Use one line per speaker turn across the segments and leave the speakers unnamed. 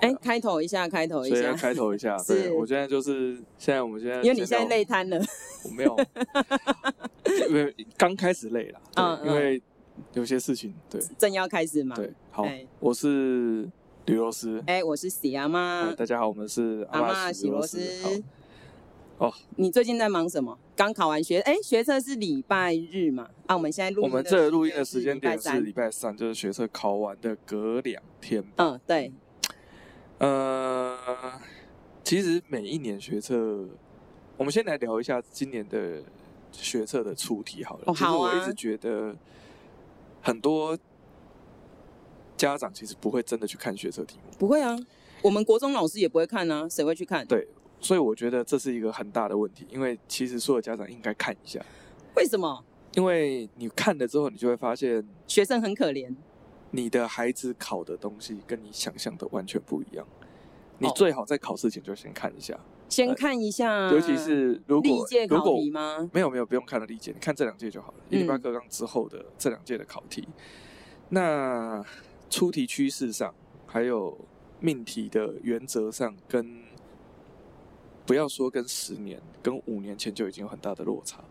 哎、
啊
开头一下，开头一
所以
下，
要开头 一下。
是
对我现在就是现在我们现在
因为你现在
闲聊，
累瘫了，
我没有，因为刚开始累了，
嗯嗯
对，因为有些事情，对
正要开始嘛。
对，好
哎，
我是吕罗斯，
哎、我是喜阿妈
哎，大家好，我们是
阿
妈
妈
喜
喜
罗
罗
斯
斯。。
好哦，
你最近在忙什么？刚考完学，哎、学测是礼拜日嘛？啊，我们现在录音的
我们这个录音的时间
礼拜
点是
三
礼拜三，就是学测考完的隔两天。
嗯，对，
呃，其实每一年学测，我们先来聊一下今年的学测的出题好了。
哦
其实
好
我
啊
一直觉得很多家长其实不会真的去看学测题目，
不会啊，我们国中老师也不会看啊，谁会去看？
对所以我觉得这是一个很大的问题，因为其实所有家长应该看一下，
为什么？
因为你看了之后，你就会发现
学生很可怜，
你的孩子考的东西跟你想象的完全不一样。你
哦
最好在考试前就先看一下，
先看一下，
呃尤其是如
嗯历
果
届
如
考
果
题吗？
没有没有，不用看到理解，你看这两届就好了。
嗯
一零八课纲之后的这两届的考题，那出题趋势上，还有命题的原则上，跟不要说跟十年、跟五年前就已经有很大的落差，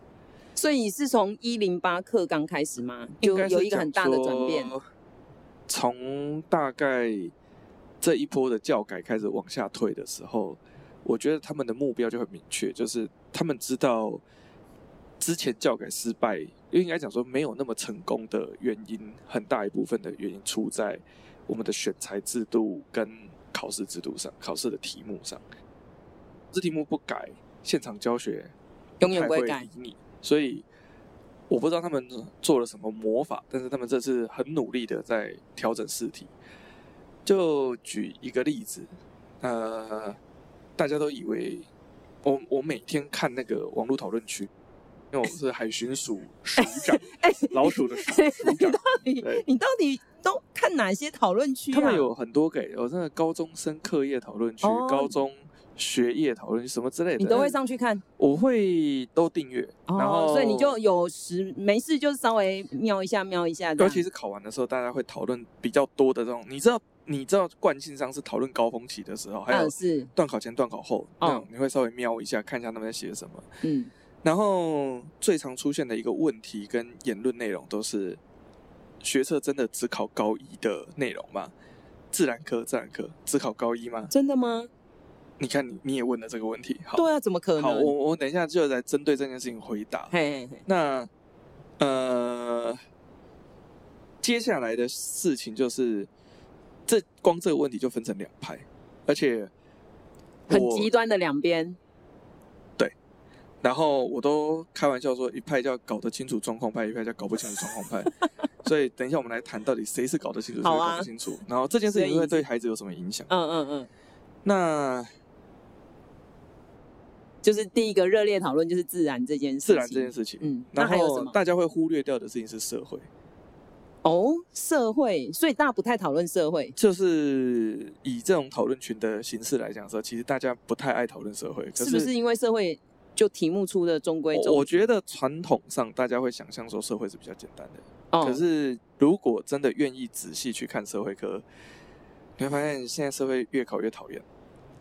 所以是从一零八课刚开始吗？
应
就
该是
有一个很大的转变
讲。说。从大概这一波的教改开始往下推的时候，我觉得他们的目标就很明确，就是他们知道之前教改失败，应该讲说没有那么成功的原因，很大一部分的原因出在我们的选材制度跟考试制度上，考试的题目上。这题目不改，现场教学
永远不会
太
改
理你，所以我不知道他们做了什么魔法，但是他们这次很努力的在调整试题。就举一个例子，呃，大家都以为我我每天看那个网络讨论区，因为我是海巡署署 长，老鼠的署署长，
你
对
你到哎底都看哪些讨论区、啊？
他们有很多给有那个高中生课业讨论区、
哦
高中学业讨论区什么之类的，
你都会上去看，
我会都订阅，然后
所以你就有时没事就稍微瞄一下瞄一下这
尤
样，
其是考完的时候，大家会讨论比较多的这种，你知道你知道惯性上是讨论高峰期的时候，还有
嗯是
段考前、段考后，
哦
那种你会稍微瞄一下，看一下他们在写什么。
嗯
然后最常出现的一个问题跟言论内容都是，学测真的只考高一的内容吗？自然科、自然科只考高一吗？
真的吗？
你看你你也问了这个问题，好，
对啊，怎么可
好，我
能？
我等一下就来针对这件事情回答。
嘿嘿嘿，
那呃，接下来的事情就是，这光这个问题就分成两派，而且
很
我
极端的两边，
然后我都开玩笑说，一派叫搞得清楚状况派，一派叫搞不清楚状况 派。所以等一下我们来谈到底谁是搞得清楚，谁
好
是
啊
搞不清楚，然后这件事情
所以
会对孩子有什么影响？
嗯嗯嗯，
那
就是第一个热烈讨论就是自然这件事
自
情，
然这件事情，
嗯，那
然
还有什
后
么？
大家会忽略掉的事情是社会。
哦，社会，所以大家不太讨论社会，
就是以这种讨论群的形式来讲说，其实大家不太爱讨论社会，可
是不是因为社会就题目出的中规
我
中
我觉得传统上大家会想象说社会是比较简单的，
哦
可是如果真的愿意仔细去看社会科，你会发现现在社会越考越讨厌，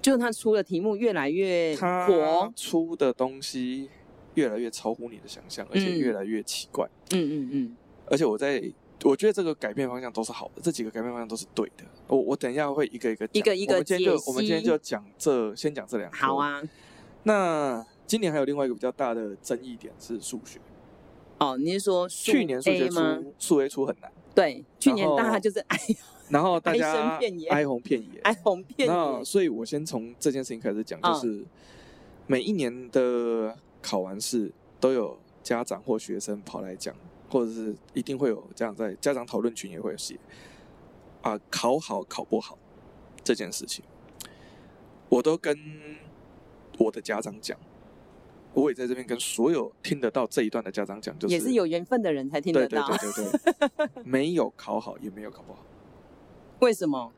就是他出的题目越来越
它
火，
出的东西越来越超乎你的想象，而且
嗯
越来越奇怪。
嗯嗯嗯，
而且我在我觉得这个改变方向都是好的，这几个改变方向都是对的。我我等一下会一个一个讲
一个一个
我们今天
解
就
析
我们今天就讲这，先讲这两个。
好。啊，
那今年还有另外一个比较大的争议点是数学，
哦，你是说数
去年数学
A 吗？
出数 A 出很难，
对，去年
然后
大家就是哀
然后大
哀
家
声遍野
哀鸿遍野
。哀鸿遍
那
野，
所以我先从这件事情开始讲，
嗯
就是每一年的考完试都有家长或学生跑来讲，或者是一定会有家长在家长讨论群也会写啊，考好考不好这件事情，我都跟我的家长讲，我也在这边跟所有听得到这一段的家长讲，就是
也是有缘分的人才听
对
得
对
到。
对对对，没有考好也没有考不好，
为什么？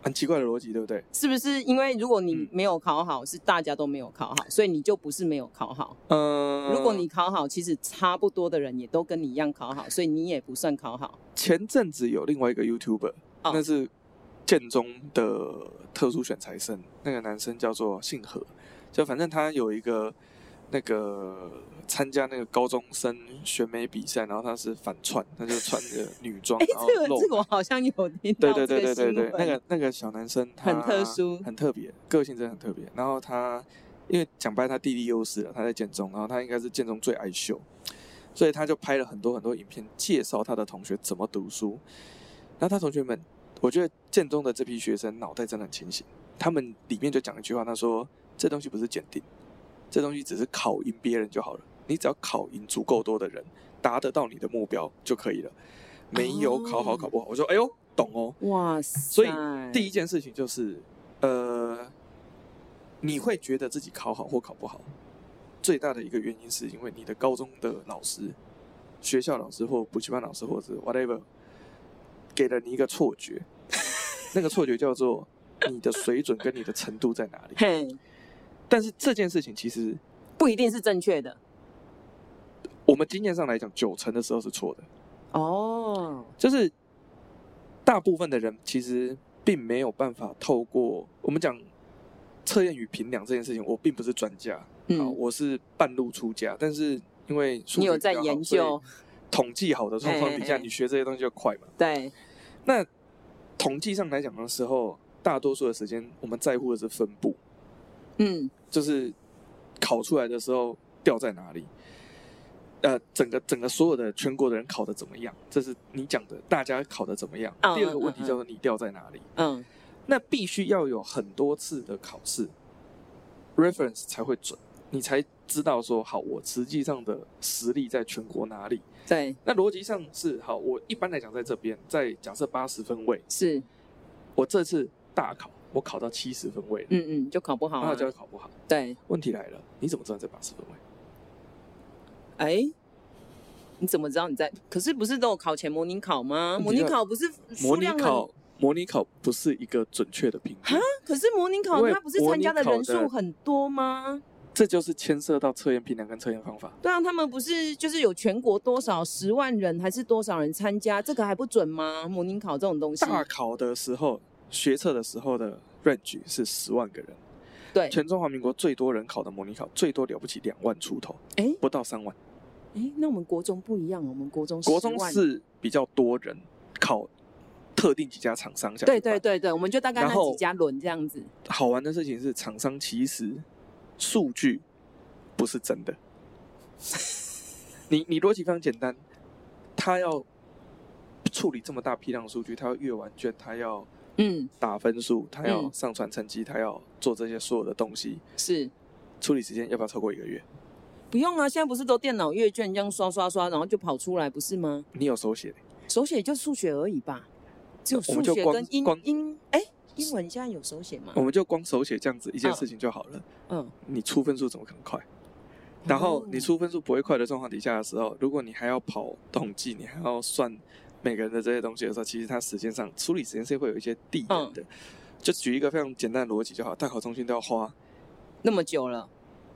很奇怪的逻辑，对不对？
是不是因为如果你
嗯
没有考好，是大家都没有考好，所以你就不是没有考好。
嗯，
如果你考好，其实差不多的人也都跟你一样考好，所以你也不算考好。
前阵子有另外一个 YouTuber，、
哦
那是建中的特殊选材生，那个男生叫做信和，就反正他有一个那个参加那个高中生选美比赛，然后他是反串，他就穿着女装，
哎、
然后
这个
露
这个我好像有听
哦对
到这
对对对对
新
对
闻，，
那个那个小男生他
很特殊
很特别，个性真的很特别。然后他因为讲白，他地利优势了，他在建中，然后他应该是建中最爱秀，所以他就拍了很多很多影片，介绍他的同学怎么读书。然后他同学们，我觉得建中的这批学生脑袋真的很清醒，他们里面就讲一句话，他说：“这东西不是检定，这东西只是考赢别人就好了，你只要考赢足够多的人，达得到你的目标就可以了。”没有考好
哦
考不好，我说：“哎呦，懂哦。”
哇塞！
所以第一件事情就是，呃，你会觉得自己考好或考不好，最大的一个原因是因为你的高中的老师、学校老师或补习班老师或者 whatever，给了你一个错觉，那个错觉叫做你的水准跟你的程度在哪里。
嘿，
但是这件事情其实
不一定是正确的
我们经验上来讲，九成的时候是错的，
哦。
就是大部分的人其实并没有办法透过我们讲测验与评量这件事情，我并不是专家，
嗯
好，我是半路出家，但是因为数学
你有
比较
在
好
研
所以
究
统计好的状况底下，
哎哎哎
你学这些东西就快嘛。
对，
那统计上来讲的时候，大多数的时间我们在乎的是分布，
嗯，
就是考出来的时候掉在哪里。呃，整个整个所有的全国的人考的怎么样？这是你讲的，大家考的怎么样？
嗯
第二个问题
嗯嗯
叫做你掉在哪里？
嗯，
那必须要有很多次的考试 reference 才会准，你才知道说好，我实际上的实力在全国哪里。
对，
那逻辑上是好，我一般来讲在这边，在假设八十分位，
是，
我这次大考我考到七十分位了，
嗯嗯，就考不好
然后
啊。
就考不好。
对，
问题来了，你怎么知道在八十分位？
哎，你怎么知道你在？可是不是都有考前模拟考吗？
你
模拟
看
考不是
模
数
拟
量很
考，模拟考不是一个准确的评估
哈，？可是模拟考
因为
它不是
模
参
拟
加的
考
人
的
数很多吗？
这就是牵涉到测验评量跟测验方法。
对啊，他们不是就是有全国多少十万人还是多少人参加，这个还不准吗？模拟考这种东西，
大考的时候，学测的时候的 range 是十万个人，
对，
全中华民国最多人考的模拟考，最多了不起两万出头，
哎
不到三万。
哎，那我们国中不一样，我们国中
国
10
中
万
是比较多人考特定几家厂商下去
对
办。
对对对，我们就大概
然
那
后
几家轮这样子。
好玩的事情是，厂商其实数据不是真的。你你逻辑非常简单，他要处理这么大批量的数据，他要阅完卷，他要
嗯，
打分数，他要
嗯
上传成绩，他要做这些所有的东西，
是
处理时间要不要超过一个月？
不用啊，现在不是都电脑阅卷这样刷刷刷，然后就跑出来，不是吗？
你有手写的，
手写就数学而已吧，只有
我
数
们就
学
光
跟英
光
英哎，英文现在有手写吗
我？们就光手写这样子一件事情就好了。
嗯，
你出分数怎么可能快？然后
哦
你出分数不会快的状况底下的时候，如果你还要跑统计，你还要算每个人的这些东西的时候，其实它时间上处理时间是会有一些递
嗯
延的。就举一个非常简单的逻辑就好，大考中心都要花。
那么久了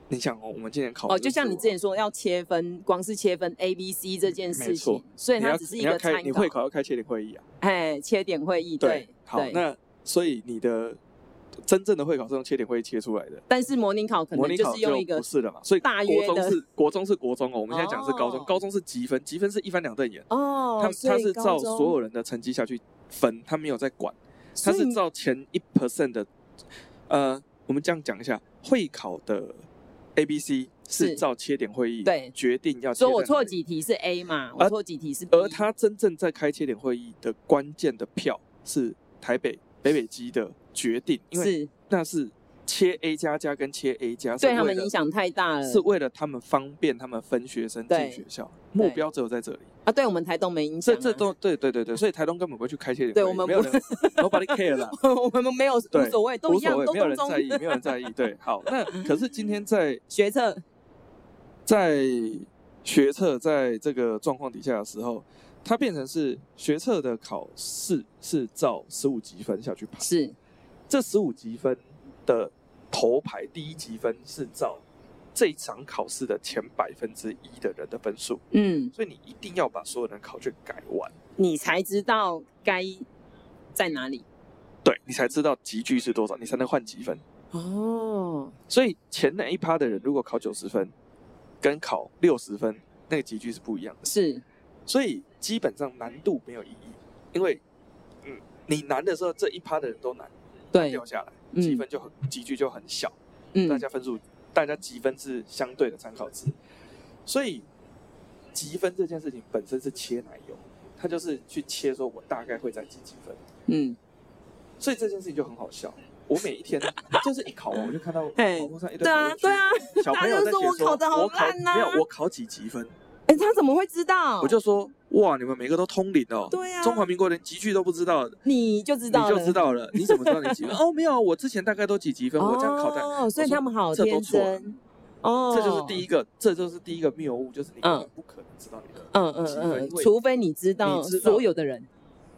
你想哦，我们今年考
哦，就像你之前
说，
说要切分，光是切分 A、B、C 这件
没
事
错
情，所以
你
它
要
只是
你
一
要
个
开
参
你会
考。
考要开切点会议啊。
哎，切点会议对，
好，
对
那所以你的真正的会考是用切点会议切出来的，
但是模拟考可
模
能
拟
就
考
是用一
就
个
不是了嘛。所以
大
国
约
中
的
是国中是国中哦，我们现在讲的是高中，
哦
高中是积分，积分是一翻两瞪眼。
哦，
他
所
他
以
是
高
照
中
所有，人的成绩下去分，他没有在管，他
所以
是
你
照前一 percent 的，呃，我们这样讲一下，会考的 A、B、C 是
是
照切点会议
对
决定要，
所以我错，几题是 A 嘛，
而
我错几题是 B，
啊而他真正在开切点会议的关键的票是台北北北基的决定，因为
是
那是切 A 加加跟切 A 加是
对他
为
们
了
影响太大了。
是为了他们方便他们分学生进
对
学校，
对
目标只有在这里。
啊，对我们台东没影响
这
啊、
这都对对对对，所以台东根本不会去开切点会议，
对我们
没有
不
人 nobody care 啦，
我们没有无
对
所谓，都
无
一样
所，谓，
都
没有
中中
人在意，没有人在意。对，好，那
嗯
可是今天在
学测，
在学测在这个状况底下的时候，它变成是学测的考试是照十五积分下去排，
是
这十五积分的头排第一积分是照这一场考试的前百分之一的人的分数，
嗯，
所以你一定要把所有人考卷改完。
你才知道该在哪里。
对你才知道集聚是多少，你才能换几分。
哦，
所以前那一趴的人如果考九十分，跟考六十分那个集聚是不一样的，
是
所以基本上难度没有意义，因为嗯，你难的时候这一趴的人都难，
对
掉，下来，
嗯
积分就很集聚就很小，
嗯
大家分数大家积分是相对的参考值，所以积分这件事情本身是切奶油，它就是去切说我大概会在几几分，
嗯，
所以这件事情就很好笑。我每一天就是一考完，我就看到
嘿
网络上一堆
对啊
同学
对啊，
小朋友在
大家都
写
说我考得好
我考
烂啊
没有我考几几分，
哎，他怎么会知道？
我就说哇，你们每个都通灵哦，
对啊
中华民国连集聚都不知道，
你就知道
你
了，
就知道了，你怎么知道你 几分？哦，没有，我之前大概都几几分，我这样考的。
哦，所以
我说
他们好
这都
天
错了
真哦，
这就是第一个，这就是第一个谬误，就是你根本不可能知道你的，
嗯嗯
积分
嗯
因，为
除非你知道
你知道
所有的人，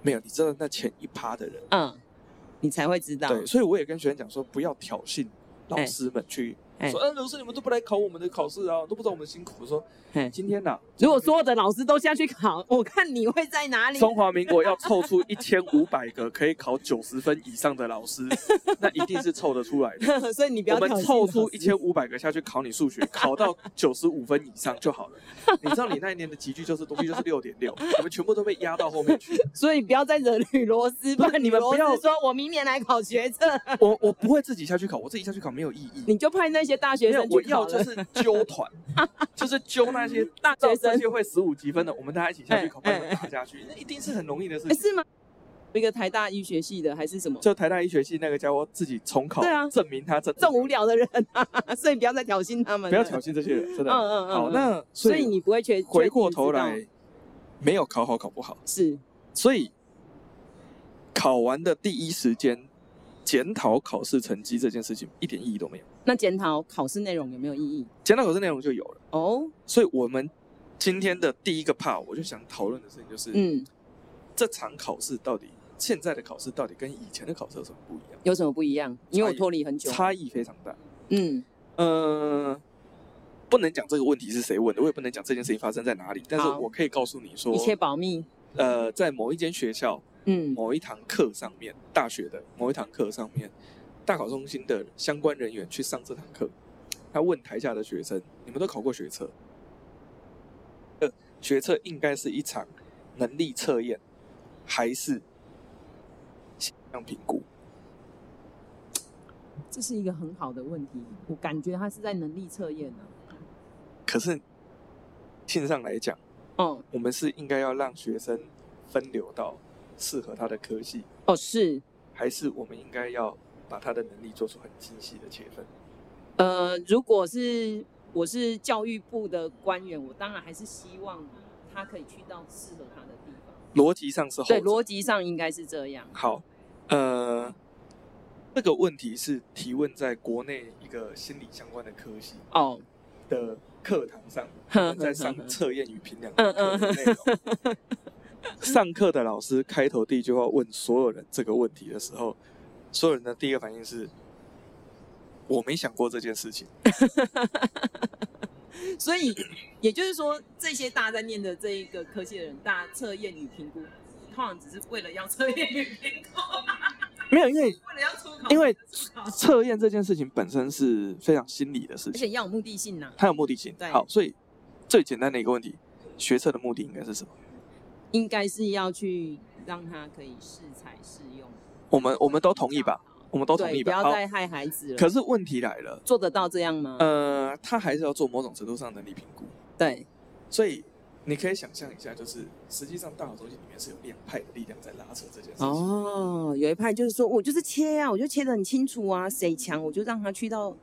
没有，你知道那前一趴的人。
嗯，你才会知道，
对，所以我也跟学生讲说，不要挑衅老
哎
师们去
哎
说，嗯，老师你们都不来考我们的考试啊，都不知道我们辛苦。我说
嘿
今天呐，
如果所有的老师都下去考，我看你会在哪里？
中华民国要凑出一千五百个可以考九十分以上的老师， 那一定是凑得出来 的。
所以你不
我
要
们
挑衅
凑
老
出
师
一千五百个下去考你数学，考到九十五分以上就好了。你知道你那一年的集聚就是东西就是六点六，你们全部都被压到后面去。
所以不要再惹吕罗斯，不
不是
然
你们不要
吕罗斯说我明年来考学测，
我我不会自己下去考，我自己下去考没有意义。
你就派那些大学
没有
生，
我
去考
要
了。
就是揪团，就是揪那些大
学生
那些会十五积分的，我们大家一起下去考，
哎
把
哎
你们打下去，那一定是很容易的事
诶
情。
哎是吗？一个台大医学系的还是什么？
就台大医学系那个家伙自己重考，
对啊
证明他真
这种无，聊的人啊，所以不要再挑衅他们了，
不要挑衅这些人，真
嗯
的。
嗯嗯。
好，
嗯
那
所以你不会确
回过头
确定知
来，没有考好考不好，
道是
所以考完的第一时间检讨考试成绩这件事情一点意义都没有，
那检讨考试内容有没有意义？
检讨考试内容就有了。
哦，
所以我们今天的第一个 part，我就想讨论的事情就是，
嗯，
这场考试到底现在的考试到底跟以前的考试有什么不一样？
有什么不一样？因为我
差异
脱离很久，
差异非常大。
嗯，
呃，不能讲这个问题是谁问的，我也不能讲这件事情发生在哪里，但是
好
我可以告诉你说
一，切保密，
呃，在某一间学校
嗯
某一堂课上面，大学的某一堂课上面，大考中心的相关人员去上这堂课，他问台下的学生：“你们都考过学测？呃，学测应该是一场能力测验，还是形象评估？”
这是一个很好的问题，我感觉他是在能力测验呢。
可是，线上来讲，
哦
我们是应该要让学生分流到适合他的科系，
哦是，
还是我们应该要把他的能力做出很精细的切分？
呃，如果是我是教育部的官员，我当然还是希望他可以去到适合他的地方。
逻辑上是后
对，
者
逻辑上应该是这样。
好，呃，这个问题是提问在国内一个心理相关的科系
哦，
的课堂 上，我
哼
们在上
哼哼
测验与评量
嗯
的课的内容。上课的老师开头第一句话问所有人这个问题的时候，所有人的第一个反应是：我没想过这件事情。
所以也就是说，这些大家在念的这一个科系的人，大家测验与评估，通常只是为了要测验与评估，
没有，因为
为了要出口，
因为
出口
测验这件事情本身是非常心理的事
而
情，
且要有目的性呐、
它有目的性
对。
好，所以最简单的一个问题，学测的目的应该是什么？
应该是要去让他可以适才适用。
我们我们都同意吧？我们都同
对，
意
不
吧？
要
好，
再害孩子了。
可是问题来了，
做得到这样吗？
呃，他还是要做某种程度上的能力评估，
对，
所以你可以想象一下，就是实际上大考中心里面是有两派的力量在拉扯这件事情。
哦，有一派就是说我就是切啊，我就切得很清楚啊，谁强我就让他去到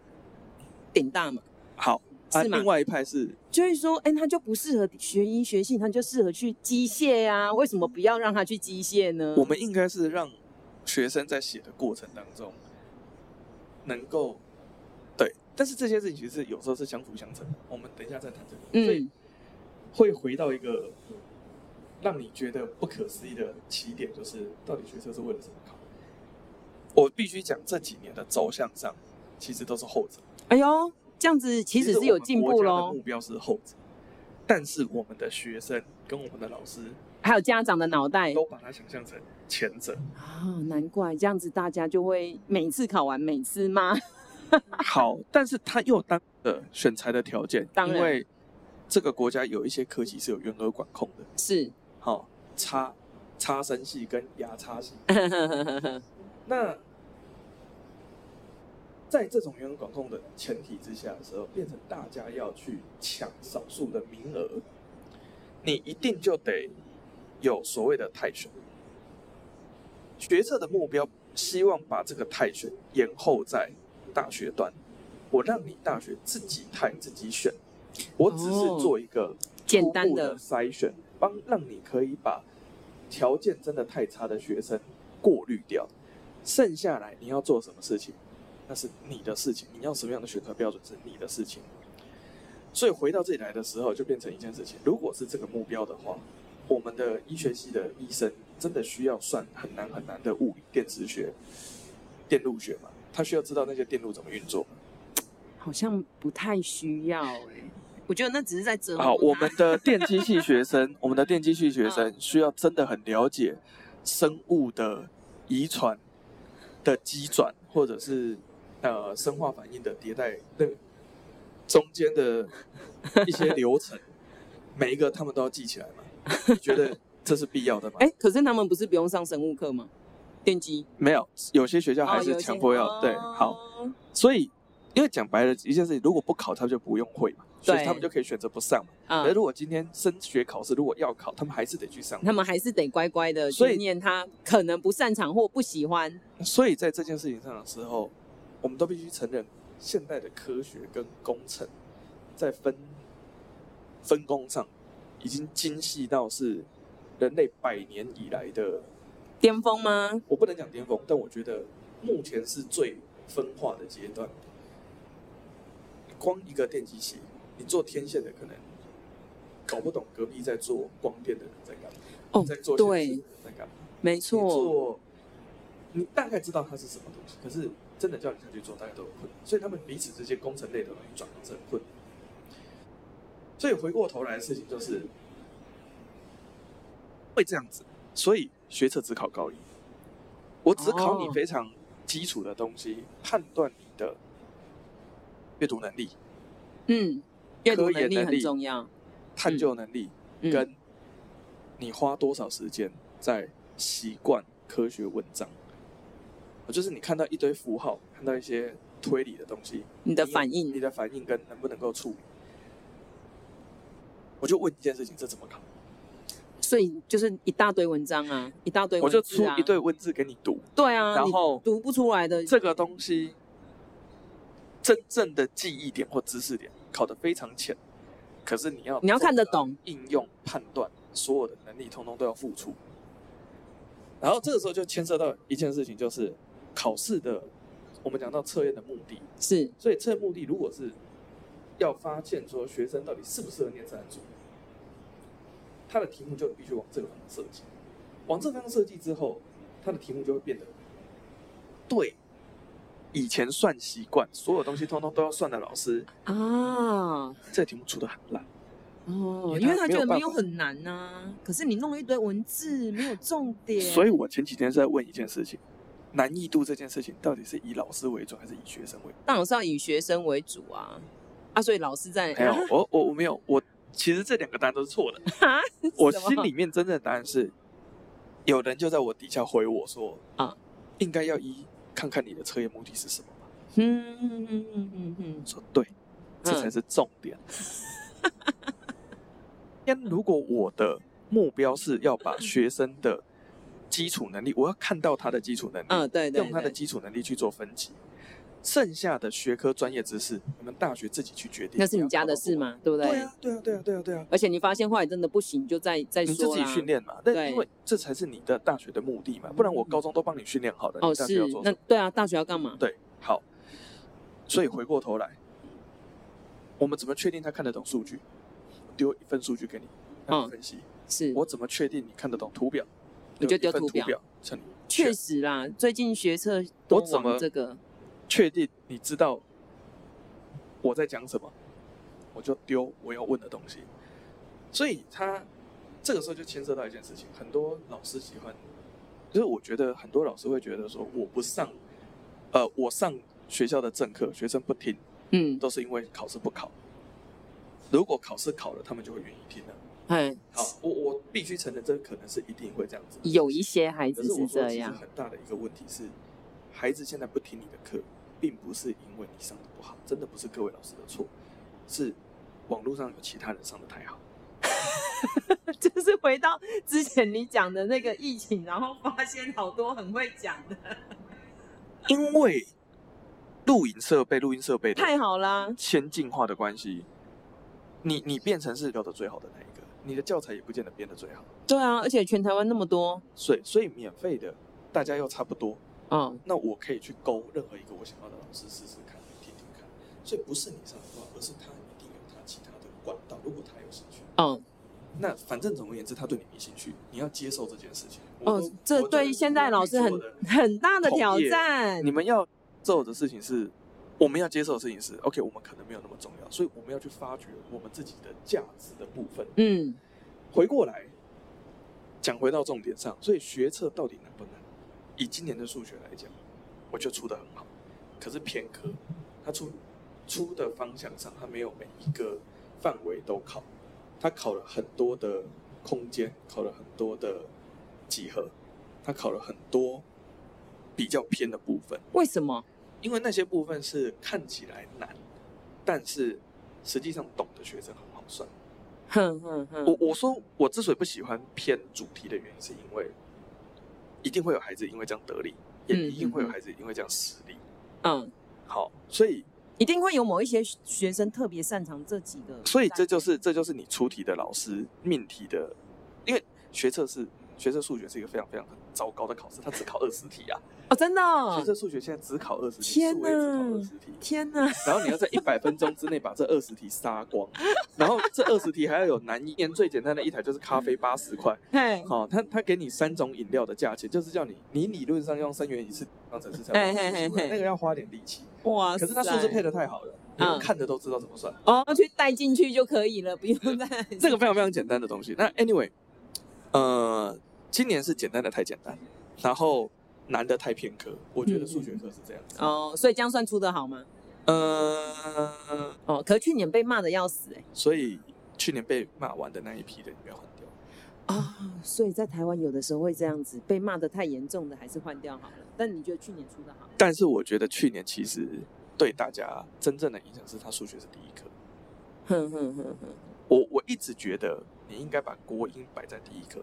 顶大嘛，
好，啊，
是吗
另？外一派是
就是说，哎、他就不适合学医学系，他就适合去机械啊，为什么不要让他去机械呢？
我们应该是让学生在写的过程当中能够对，但是这些事情其实有时候是相辅相成的。我们等一下再谈这个，所以
嗯，
会回到一个让你觉得不可思议的起点，就是到底学车是为了什么考？我必须讲，这几年的走向上，其实都是后者。
哎呦，这样子其实是有进步
我们国家的
喽
目，标是后者，但是我们的学生跟我们的老师
还有家长的脑袋
都把它想象成
前者。
啊，难怪这样子，大家就会每次考完每次骂。
好，但是它又当了选材的条件，
当然
因为这个国家有一些科技是有员额管控的，
是，
好、差差生系跟牙差系，那在这种员额管控的前提之下的时候，变成大家要去抢少数的名额，你一定就得有所谓的泰选。学测的目标希望把这个泰选延后在大学端，我让你大学自己泰自己选，我只是
哦
做一个
简单
初步
的
的筛选，帮让你可以把条件真的太差的学生过滤掉。剩下来你要做什么事情，那是你的事情，你要什么样的选择标准是你的事情。所以回到这里来的时候，就变成一件事情：如果是这个目标的话，我们的医学系的医生真的需要算很难很难的物理、电磁学、电路学嘛？他需要知道那些电路怎么运作吗。
好像不太需要欸我觉得那只是在折磨
好，我
他
们的电机系学生，我们的电机系学
嗯
生需要真的很了解生物的遗传的机转，或者是呃生化反应的迭代那个中间的一些流程，每一个他们都要记起来嘛？你觉得这是必要的吗？
哎、可是他们不是不用上生物课吗？电机
没有，有些学校啊
哦
还
有
是
一些
强迫要、对
哦
好。所以，因为讲白了一件事情，如果不考，他们就不用会嘛，所以
对
他们就可以选择不上嘛。
啊
而，如果今天升学考试，如果要考，他们还是得去上。
他们还是得乖乖的
所以
去念他可能不擅长或不喜欢。
所以在这件事情上的时候，我们都必须承认，现代的科学跟工程在分分工上已经精细到是人类百年以来的，
巅峰吗？
我不能讲巅峰，但我觉得目前是最分化的阶段。光一个电机系，你做天线的可能搞不懂隔壁在做光电的人在干嘛，
哦
在做，
对
线性的人在干嘛。
没
你
错，
做，你大概知道它是什么东西，可是真的叫你下去做，大概都有困难。所以他们彼此之间工程类的东西转得很困难。所以回过头来的事情就是会这样子，所以学测只考高一，我只考你
哦
非常基础的东西，判断你的阅读能力、
嗯，阅读
科研
能力
能
很
力
重要。
探究能力，
嗯
跟你花多少时间在习惯科学文章。就是你看到一堆符号，看到一些推理的东西，
你的反应
你的反应跟能不能够处理。我就问一件事情，这怎么考？
所以就是一大堆文章啊，一大堆
我
文字
就
啊，
出一堆文字给你读，
对啊，
然
你
后
读不出来的，
这个东西真正的记忆点或知识点考得非常浅，可是你要
你要看得懂，
应用、判断，所有的能力通通都要付出。然后这个时候就牵涉到一件事情，就是考试的，我们讲到测验的目的，
是
所以测验目的如果是要发现说学生到底适不适合念自然组，他的题目就必须往这个方向设计。往这个方向设计之后，他的题目就会变得对以前算习惯，所有东西通通都要算的老师，
啊，
这题目出的很烂。
哦，
因
因
为
为
他
他
没有
觉得
办
没有
法
很难呐、可是你弄一堆文字，没有重点，
所以我前几天是在问一件事情：难易度这件事情到底是以老师为准还是以学生为准？
当然是要以学生为主啊，啊，所以老师在
没有，我我我没有，我其实这两个答案都是 错的。
啊，
我
什么
心里面真正的答案是，有人就在我底下回我说
啊，
应该要一看看你的测验目的是什么吧。
嗯嗯嗯嗯嗯嗯
我，说对，这才是重 点。今天如果我的目标是要把学生的基础能力，我要看到他的基础能力，
嗯，对对
用他的
对，
基础能力去做分级，剩下的学科专业知识，你们大学自己去决定。
那是你家的事
吗？
嘛，对不对？
对啊，对啊，对啊，对啊，对啊，
而且你发现后来真的不行，就再再
你就
说
自己
啦
训。练嘛。但
对嗯
因为这才是你的大学的目的嘛，不然我高中都帮你训练好了，
哦，
你大学要
是
做什
那
么？
对啊，大学要干嘛？
对，好。所以回过头来，我们怎么确定他看得懂数据？丢一份数据给你，让你
嗯
分析。
是
我怎么确定你看得懂图表？
你就
丢
丢
一份
图
图
表
表，像你
确实啦，最近学测都
我怎么
往这个
确定你知道我在讲什么，我就丢我要问的东西。所以他这个时候就牵涉到一件事情，很多老师喜欢就是我觉得很多老师会觉得说，我不上，呃，我上学校的正课，学生不听，
嗯，
都是因为考试不考。如果考试考了，他们就会愿意听了。
哎，
好，我我必须承认，这可能是一定会这样子。
有一些孩
可
子
是我
是
说，
这
其实
样，
很大的一个问题是，孩子现在不听你的课，并不是因为你上的不好，真的不是各位老师的错，是网络上有其他人上的太好。
就是回到之前你讲的那个疫情，然后发现好多很会讲的，
因为录影设备、录音设备的
太好啦，
先进化的关系，你你变成是教的最好的那一个，你的教材也不见得编得最好，
对啊，而且全台湾那么多，
所以所以免费的大家又差不多，
嗯，
那我可以去勾任何一个我想要的老师试试看，听听看。所以不是你上的不好，而是他一定有他其他的管道，如果他有兴趣，
嗯，
那反正总而言之，他对你没兴趣，你要接受这件事情。我
哦
都，
这
我
对
都
现在老师很
我都是我 的
很大的挑
同业
战
你。们要做的事情是，我们要接受的事情是，OK，我们可能没有那么重要，所以我们要去发掘我们自己的价值的部分。
嗯，
回过来，讲回到重点上，所以学测到底难不难？以今年的数学来讲，我觉得出的很好，可是偏科，它呃出出的方向上，它没有每一个范围都考，它考了很多的空间，考了很多的几何，它考了很多比较偏的部分。
为什么？
因为那些部分是看起来难，但是实际上懂的学生很好算。
哼哼哼，
我我说我之所以不喜欢偏主题的原因，是因为一定会有孩子因为这样得利，也
嗯
一定会有
嗯嗯
孩子因为这样失利。
嗯，
好，所以
一定会有某一些学学生特别擅长这几个，
所以这就是这就是你出题的老师命题的，因为学测是学测数学是一个非常非常糟糕的考试，它只考二十题啊，
哦，真的
学
哦，
测数学现在只考二十题，
天
数 A 只考
哪
二十题，
天哪，
然后你要在一百分钟之内把这二十题杀光，然后这二十题还要有难易，最简单的一台就是咖啡八十块，
嘿，
好、他他给你三种饮料的价钱，就是叫你你理论上用三元一次方程式才
嘿嘿
能算
嘿
出来，
嘿
那个要花点力气。
哇塞，
可是它数字配的太好了，你
嗯
看的都知道怎么算，
哦，去带进去就可以了，不 用再
这个非常非常简单的东西。那 anyway，呃，今年是简单的太简单，然后难的太偏科，我觉得数学课是这样子。
嗯哦，所以这样算出的好吗？
呃，
哦，可去年被骂的要死哎、
所以去年被骂完的那一批人应该换掉。
啊、所以在台湾有的时候会这样子，被骂的太严重的还是换掉好了。但你觉得去年出的好？
但是我觉得去年其实对大家真正的影响是，他数学是第一科。
哼哼哼哼，
我我一直觉得你应该把国英摆在第一科，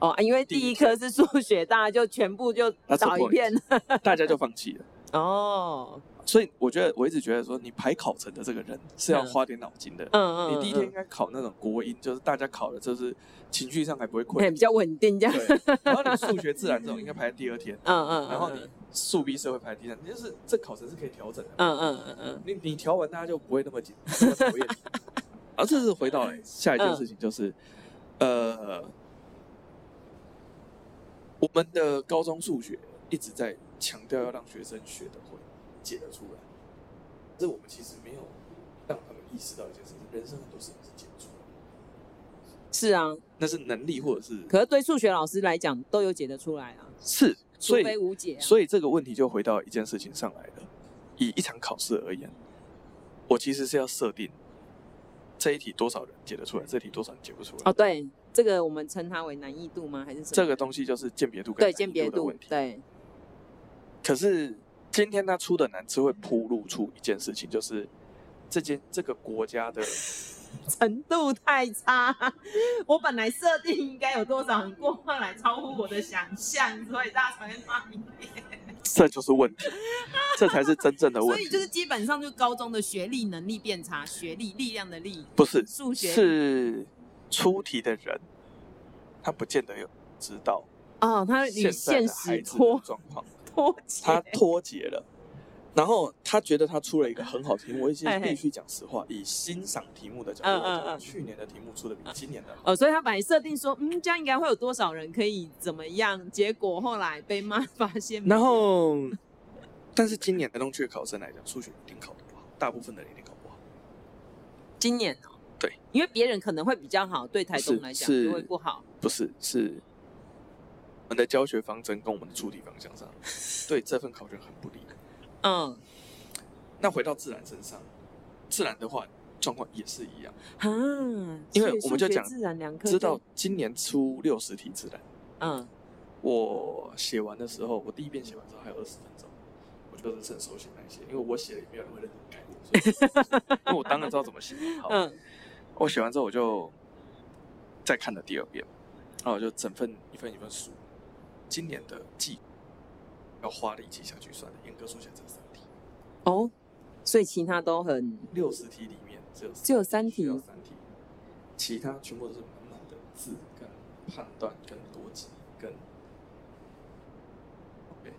哦，啊因为
第一
第一科是数学，大家就全部 就
那
倒一片了。
大家就放弃了。
哦，
所以我觉得我一直觉得说，你排考成的这个人是要花点脑筋的。
嗯嗯，
你第一天应
嗯，
该考那种国英，就是大家考的，就是情绪上还不会
哎、
困。
比较稳定这样。
对，然后你数学、自然这种应该排在第二天，
嗯 嗯，
然后
嗯
你数 B 社会排在第三，就是这考程是可以调整的。
嗯嗯嗯嗯，
你你调完，大家就不会那么紧，那么讨厌 你。而这是回到了下一件事
嗯
情，就是、呃，我们的高中数学一直在强调要让学生学得会、解得出来，这我们其实没有让他们意识到一件事情：人生很多事情是解不出来
是啊。
的，那是能力或者是
可是对数学老师来讲，都有解得出来啊，
是，
除
所以
非无解、啊。
所以这个问题就回到一件事情上来了。以一场考试而言，我其实是要设定这一题多少人解得出来，这题多少人解不出来。
嗯哦，对，这个我们称它为难易度吗？还是什么？
这个东西就是鉴别度跟
对
难
鉴
易
别
的
度
问，题。
对，
可是今天他出的难是会铺露出一件事情，就是这件这个国家 的
程度太差。我本来设定应该有多少人过，后来超乎我的想象，所以大家才会骂你。
这就是问题，这才是真正的问
所
题。
以就是基本上就高中的学历能力变差，学历力量的力，
不是
数学
是出题的人，他不见得有知道
哦，他与
现在
现
的孩
实
子的
脱
状况。
脱节。
他脱节了，然后他觉得他出了一个很好题目，我已经
哎嘿
必须讲实话，以欣赏题目的角
嗯
度
嗯
来
嗯
讲，去年的题目出的比今年的好。
哦，所以他本来设定说，嗯，这样应该会有多少人可以怎么样？结果后来被妈发现，
然后，但是今年的农区的考生来讲，数学一定考得不好，大部分的人一定考不好。
今年哦，
对，
因为别人可能会比较好，对台
是
东来讲就是会不好。
不是，是们的教学方针跟我们的处理方向上，对这份考卷很不利。
嗯，
那回到自然身上，自然的话状况也是一样，
哈，
因
所
为
以
我们就
数学
讲
自然两科，
直到，今年出六十题自然，
嗯
我写完的时候，我第一遍写完之后还有二十分钟，我就是趁手写那些，因为我写了也没有人会认真改我， 所以因为我当然知道怎么写。好，
嗯
我写完之后我就再看了第二遍，然后我就整份一份一份数。今年的季要花力气下去算的，严格说起来只有三题，
哦，所以其他都很
六十题里面只有
只有三题
需要三题，其他全部都是满满的字跟判断跟逻辑跟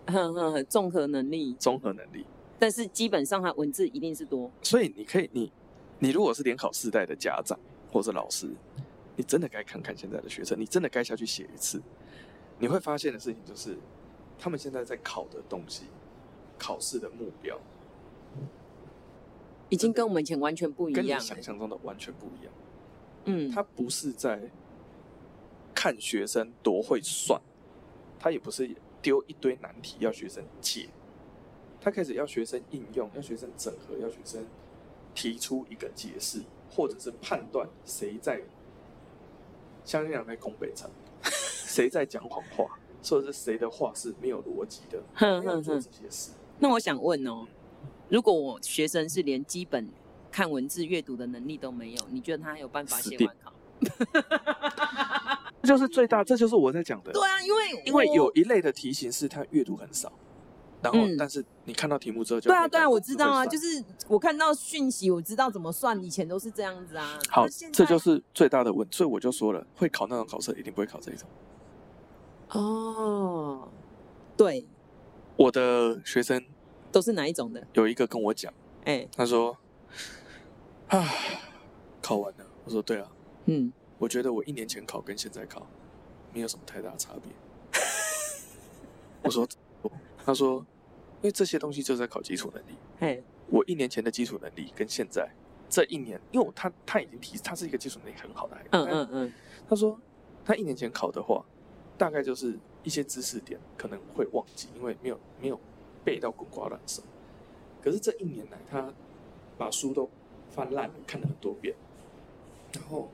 呵呵呵综合能力，
综合能力。
但是基本上它文字一定是多，
所以你可以，你你如果是联考世代的家长或者老师，你真的该看看现在的学生，你真的该下去写一次。你会发现的事情就是，他们现在在考的东西，考试的目标
已经跟我们以前完全不一
跟你
样欸
想
了。
象中的完全不一样。
嗯，
他不是在看学生多会算，他也不是丢一堆难题要学生解，他开始要学生应用，要学生整合，要学生提出一个解释，或者是判断谁在，相信两在拱北城，谁在讲谎话，或者是谁的话是没有逻辑的，
哼
要
哼
做
哼
这。些事。
那我想问哦，如果我学生是连基本看文字阅读的能力都没有，你觉得他还有办法
死
写
定
完考？
这就是最大，这就是我在讲的。
对啊，因为
因为
我
有一类的题型是他阅读很少，然后、
嗯
但是你看到题目之后就
对啊对啊，我知道啊，就是是我看到讯息，我知道怎么算，以前都是这样子啊。
好
那现，在
这就是最大的问，所以我就说了，会考那种考试一定不会考这一种。
哦，对，
我的学生
都是哪一种的？
有一个跟我讲，
哎，
他说啊，考完了，我说对啊，
嗯，
我觉得我一年前考跟现在考没有什么太大差别。我说， 他说，因为这些东西就是在考基础能力。
哎，
我一年前的基础能力跟现在这一年，因为我他他已经提他是一个基础能力很好的孩子，
嗯嗯嗯，
他说他一年前考的话，大概就是一些知识点可能会忘记，因为没有没有背到滚瓜烂熟。可是这一年来，他把书都翻烂了，看了很多遍，然后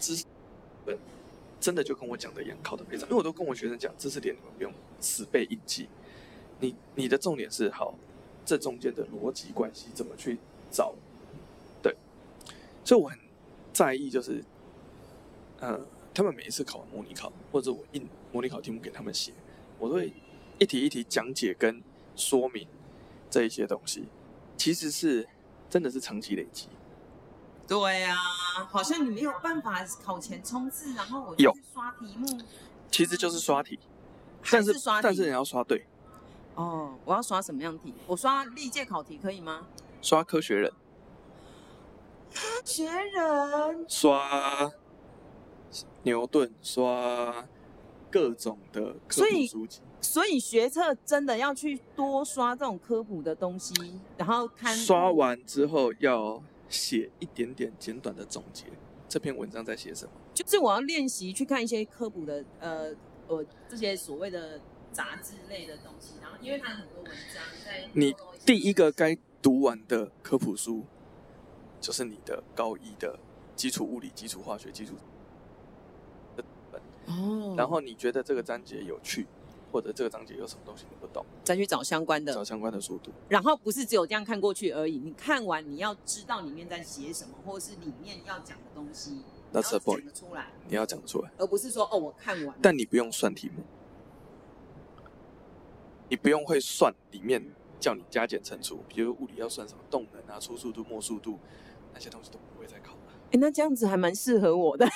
知识本真的就跟我讲的一样，考的非常，因为我都跟我学生讲，知识点你们不用死背硬记，你你的重点是好，这中间的逻辑关系怎么去找，对，所以我很在意就是，呃，他们每一次考完模拟考，或者我印模拟考题目给他们写，我都会一题一题讲解跟说明这一些东西，其实是真的是长期累积，
对啊，好像你没有办法考前冲刺，然后我
有
去刷题目。
其实就是刷题，
还
但
是刷题
但是你要刷对，
哦，我要刷什么样题？我刷历届考题可以吗？
刷科学人，
学人
刷牛顿，刷各种的科
所
普
以
书籍，
所以学测真的要去多刷这种科普的东西，然后看
刷完之后要写一点点简短的总结，这篇文章在写什么。
就是我要练习去看一些科普的呃呃这些所谓的杂志类的东西，然后因为它有很多文章在
你
透露些
第一个该读完的科普书，就是你的高一的基础物理、基础化学、基础。
哦，
然后你觉得这个章节有趣，或者这个章节有什么东西你不懂，
再去找相关
找
的，
相关的书读。
然后不是只有这样看过去而已，你看完你要知道里面在写什么，或者是里面要讲的东西，然
That's
后
the
讲
point，
得出来，
你要讲出来。
而不是说哦我看完了，
但你不用算题目，你不用会算里面叫你加减乘除，比如物理要算什么动能啊、初速度、末速度那些东西都不会再考了。
诶那这样子还蛮适合我的，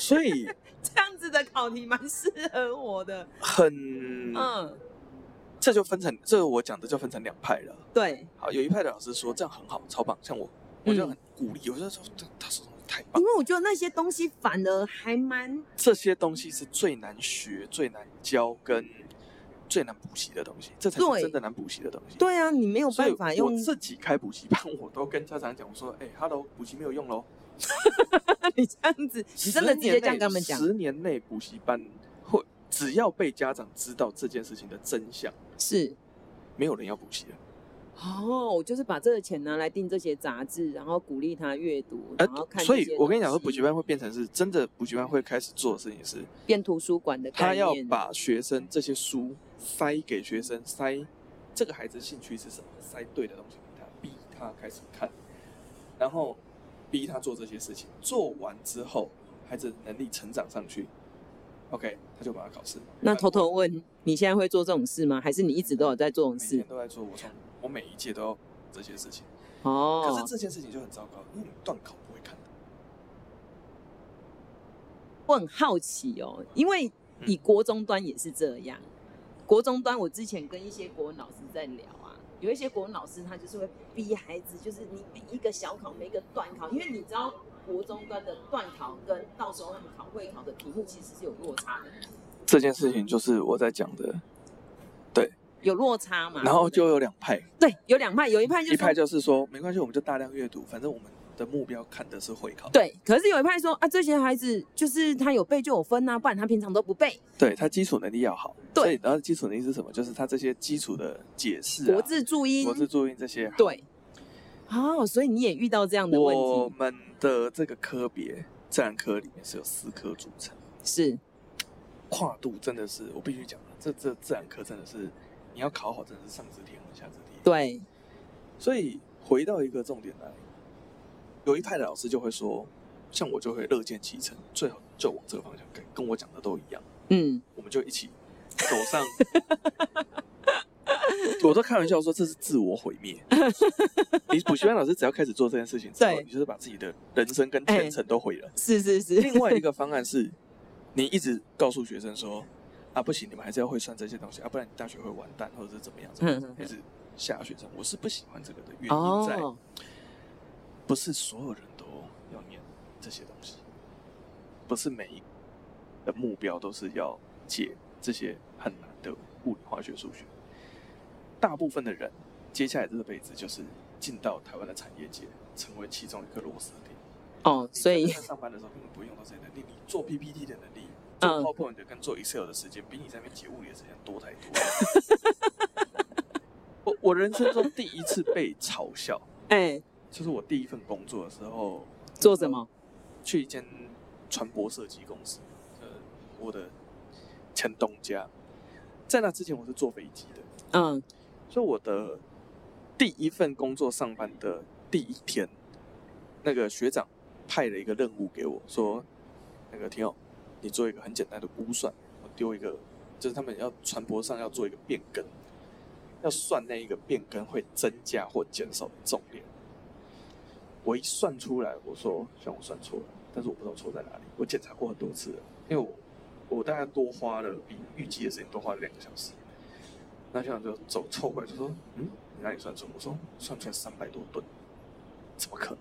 所以
这样子的考题蛮适合我的，
很，
嗯，
这就分成，这我讲的就分成两派了。
对，
好，有一派的老师说这样很好，超棒，像我，我
嗯
就很鼓励，我就说他他说太棒
因，为我觉得那些东西反而还蛮
这些东西是最难学、最难教跟最难补习的东西，这才
对
是真的难补习的东西。，
对啊，你没有
所以
办法用
我自己开补习班，我都跟家长讲，我说，哎、哈 h e l l o 补习没有用喽，
你这样子，你真的直接这样跟他们讲，
十年内补习班只要被家长知道这件事情的真相，
是。
没有人要补习了。
哦，我就是把这个钱拿来订这些杂志，然后鼓励他阅读，
哎
然后，看这些东西。
所以我跟你讲说，补习班会变成是真的，补习班会开始做的事情是，
变图书馆的概
他要
念，
把学生这些书塞给学生，塞这个孩子兴趣是什么，塞对的东西给他，逼他开始看，然后逼他做这些事情。做完之后，孩子能力成长上去，OK，他就把它考试。
那
头
偷偷问，你现在会做这种事吗？还是你一直都有在做这种
每天
事？
都在做，我从我每一届都要这些事情。可
哦
是，这件事情就很糟糕，因为你断考不会看的。
我很好奇哦，因为
嗯
以国中端也是这样。国中端，我之前跟一些国文老师在聊啊，有一些国文老师他就是会逼孩子，就是你每一个小考、每一个段考，因为你知道国中端的段考跟到时候他们考会考的题目其实是有落差的，
这件事情就是我在讲的，
有落差嘛。
然
对
后
不
就有两派，
对对，有两派，有一派就
一
说
派就是说没关系，我们就大量阅读，反正我们的目标看的是会考。
对，可是有一派说啊，这些孩子就是他有背就有分啊，不然他平常都不背。
对他基础能力要好，
对
所以然后基础能力是什么？就是他这些基础的解释、啊、
国字注音，
国字注音这些。
对，哦，所以你也遇到这样的
我
问题，
们的这个科别自然科里面是有四科组成，
是
跨度真的是我必须讲了，这这自然科真的是你要考好，真的是上知天文下知地理。
对，
所以回到一个重点来，有一派的老师就会说，像我就会乐见其成，最好就往这个方向改，跟我讲的都一样，
嗯，
我们就一起走上。我都开玩笑说这是自我毁灭。你补习班老师只要开始做这件事情之后，
对哎
你就是把自己的人生跟前程都毁了。
是是是，
另外一个方案是，你一直告诉学生说啊不行，你们还是要会算这些东西啊，不然你大学会完蛋，或者是怎么样，怎么样
嗯嗯嗯
一直吓学生。我是不喜欢这个的原因在，
哦，
不是所有人都要念这些东西，不是每一个目标都是要解这些很难的物理、化学、数学。大部分的人接下来这辈子就是进到台湾的产业界，成为其中一个螺丝钉。
哦，所
你
以
在上班的时候根本不会用到这些能力，你做 PPT 的能力、做
嗯
PowerPoint 的跟做 Excel 的时间，比你在那边解物理的时间多太多 了我我人生中第一次被嘲笑，
哎，
就是我第一份工作的时候，
做什么？
去一间船舶设计公司，呃，我的前东家，在那之前我是坐飞机的，
嗯，
所以我的第一份工作上班的第一天，那个学长派了一个任务给我，说那个挺好，你做一个很简单的估算，我丢一个，就是他们要船舶上要做一个变更，要算那一个变更会增加或减少的重量。我一算出来，我说像我算错了，但是我不知道错在哪里，我检查过很多次了，因为我我大概多花了比预计的时间多花了两个小时。那校长就走凑过来就说：“嗯，你哪里算错？”我说：“算出来三百多吨，怎么可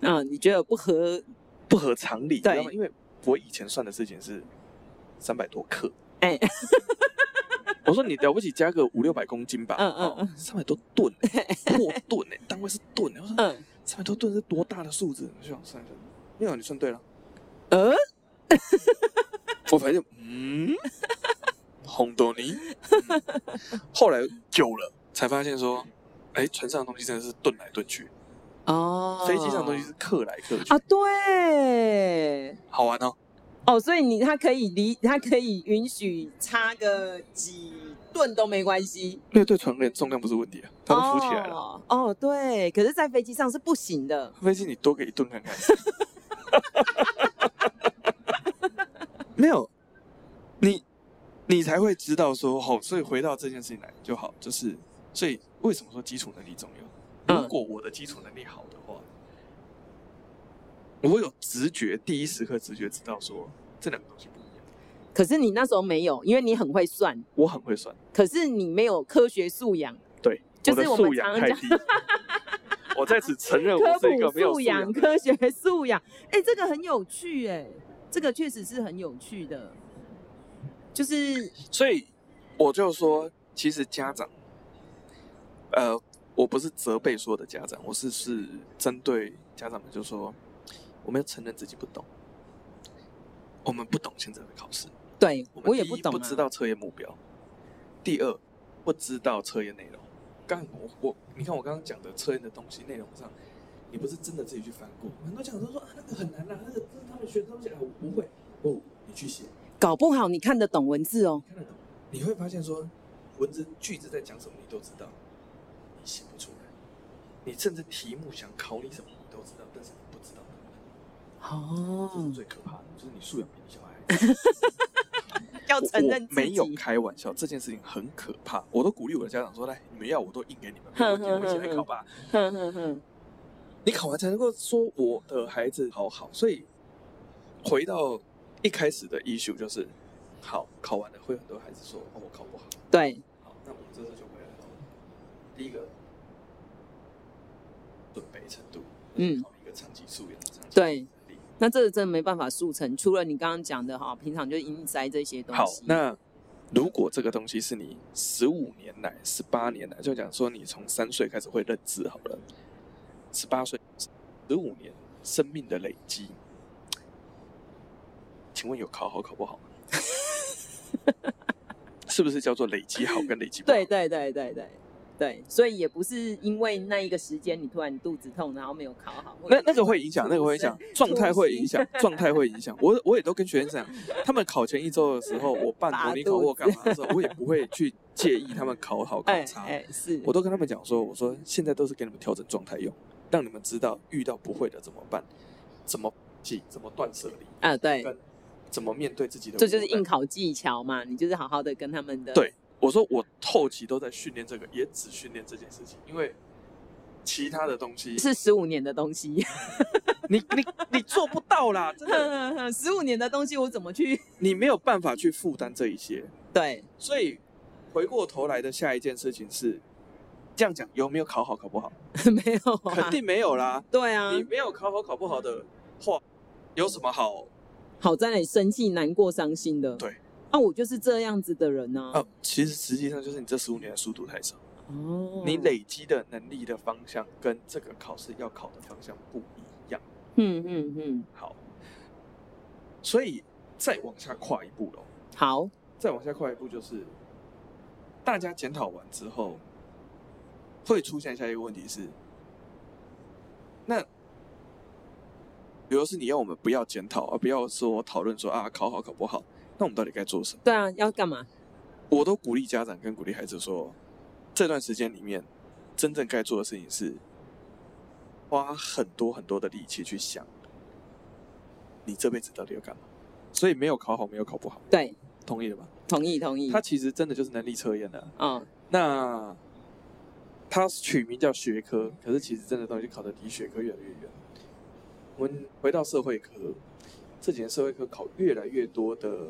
能？
嗯，你觉得不合？
不合常理，你知
对
道吗？因为我以前算的事情是三百多克。
哎，
我说你了不起加个五六百公 斤吧，
嗯嗯嗯
哦三百多 吨、欸，破吨呢、单位是吨、欸。我说
嗯，
三百多吨是多大的数字？校长算一算，没有，你算对了。
呃，
我反正就 嗯，红豆泥。嗯后来久了才发现说，哎，船上的东西真的是吨来吨去。
哦，
飞机上的东西是克来克去，
啊，对。
好玩哦。
哦，所以你他可以离，他可以允许差个几吨都没关系，
那个对船员重量不是问题啊，它都浮起来了。
哦。哦，对，可是，在飞机上是不行的。
飞机你多给一 吨看看。没有，你你才会知道说，哦，所以回到这件事情来就好，就是所以为什么说基础能力重要？
嗯
如果我的基础能力好的话，我有直觉，第一时刻直觉知道说这两个东西不一样。
可是你那时候没有，因为你很会算，
我很会算。
可是你没有科学素养，
对，
就是
我
我
的
们
素养
常
太
讲
低。我在此承认
科
我是一个
普
没有
素
素
养、
养的。
科学素养。哎、这个很有趣、哎，这个确实是很有趣的，就是
所以我就说，其实家长，呃，我不是责备所有的家长，我是是针对家长们，就说我们要承认自己不懂，我们不懂现在的考试，
对
我们
我也
第一
不懂、啊，
不知道测验目标。第二，不知道测验内容。刚我我你看我刚刚讲的测验的东西内容上，你不是真的自己去翻过，很多讲师说啊那个很难啦、那个那是他们学的东西啊，我不会哦，你去写，
搞不好你看得懂文字哦
你。看得懂，你会发现说文字句子在讲什么你都知道，你写不出来，你甚至题目想考你什么你都知道，但是你不知道这是
哦，
最可怕的，就是你素养比你小孩还低。
要
我我没有开玩笑，这件事情很可怕。我都鼓励我的家长说：“来，你们要我都印给你们，没有问题我们一起来考吧。
哼哼哼，
你考完才能够说我的孩子好好。”所以回到一开始的 issue 就是，好考完了会很多孩子说：“哦，我考不好。
对，”
好，那我们这次就回来了。第一个，准备程度，
嗯，
考一个长期素养，长期
对
能力。
那这个真的没办法速成，除了你刚刚讲的哈，平常就硬塞这些东
好
西。，
那如果这个东西是你十五年来、十八年来，就讲说你从三岁开始会认字好了，十八岁、十五年生命的累积，请问有考好考 不好吗？是不是叫做累积好跟累积不好？
对对对对对对，所以也不是因为那一个时间你突然肚子痛，然后没有考好，
那那个会影响，那个会影响，状态会影响，状态会影响。我我也都跟学 生讲，他们考前一周的时候，我办模拟考或干嘛的时候，我也不会去介意他们 考好考
哎
差。
哎是，
我都跟他们讲说，我说现在都是给你们调整状态用，让你们知道遇到不会的怎么办，怎么记，怎么断舍离，
啊对，
跟怎么面对自己的。
这就是硬。考技巧嘛，你就是好好的跟他们的
对，我说我后期都在训练这个，也只训练这件事情，因为其他的东西
是十五年的东西，
你你你做不到啦，真 的，
十五年的东西我怎么 去？
你没有办法去负担这一些。
对，
所以回过头来的下一件事情是，这样讲有没有考好考不好？
没有啊，
肯定没有啦。
对啊，
你没有考好考不好的话，有什么好？
好在那里生气、难过、伤心的。
对，
啊，我就是这样子的人呐、
啊，其实实际上就是你这十五年的速度太少，
哦，
你，累积的能力的方向跟这个考试要考的方向不一样。
嗯嗯嗯，
好，所以再往下跨一步喽，
好，
再往下跨一步就是，大家检讨完之后，会出现下一个问题是，那。比如是你要我们不要检讨，而不要说讨论说啊考好考不好，那我们到底该做什么？
对啊，要干嘛？
我都鼓励家长跟鼓励孩子说，这段时间里面，真正该做的事情是花很多很多的力气去想，你这辈子到底要干嘛。所以没有考好，没有考不好，
对，
同意了吧？
同意同意
它。其实真的就是能力测验的、啊
哦，
那它取名叫学科，可是其实真的东西考的离学科越来越远。我们回到社会科，这几年社会科考越来越多的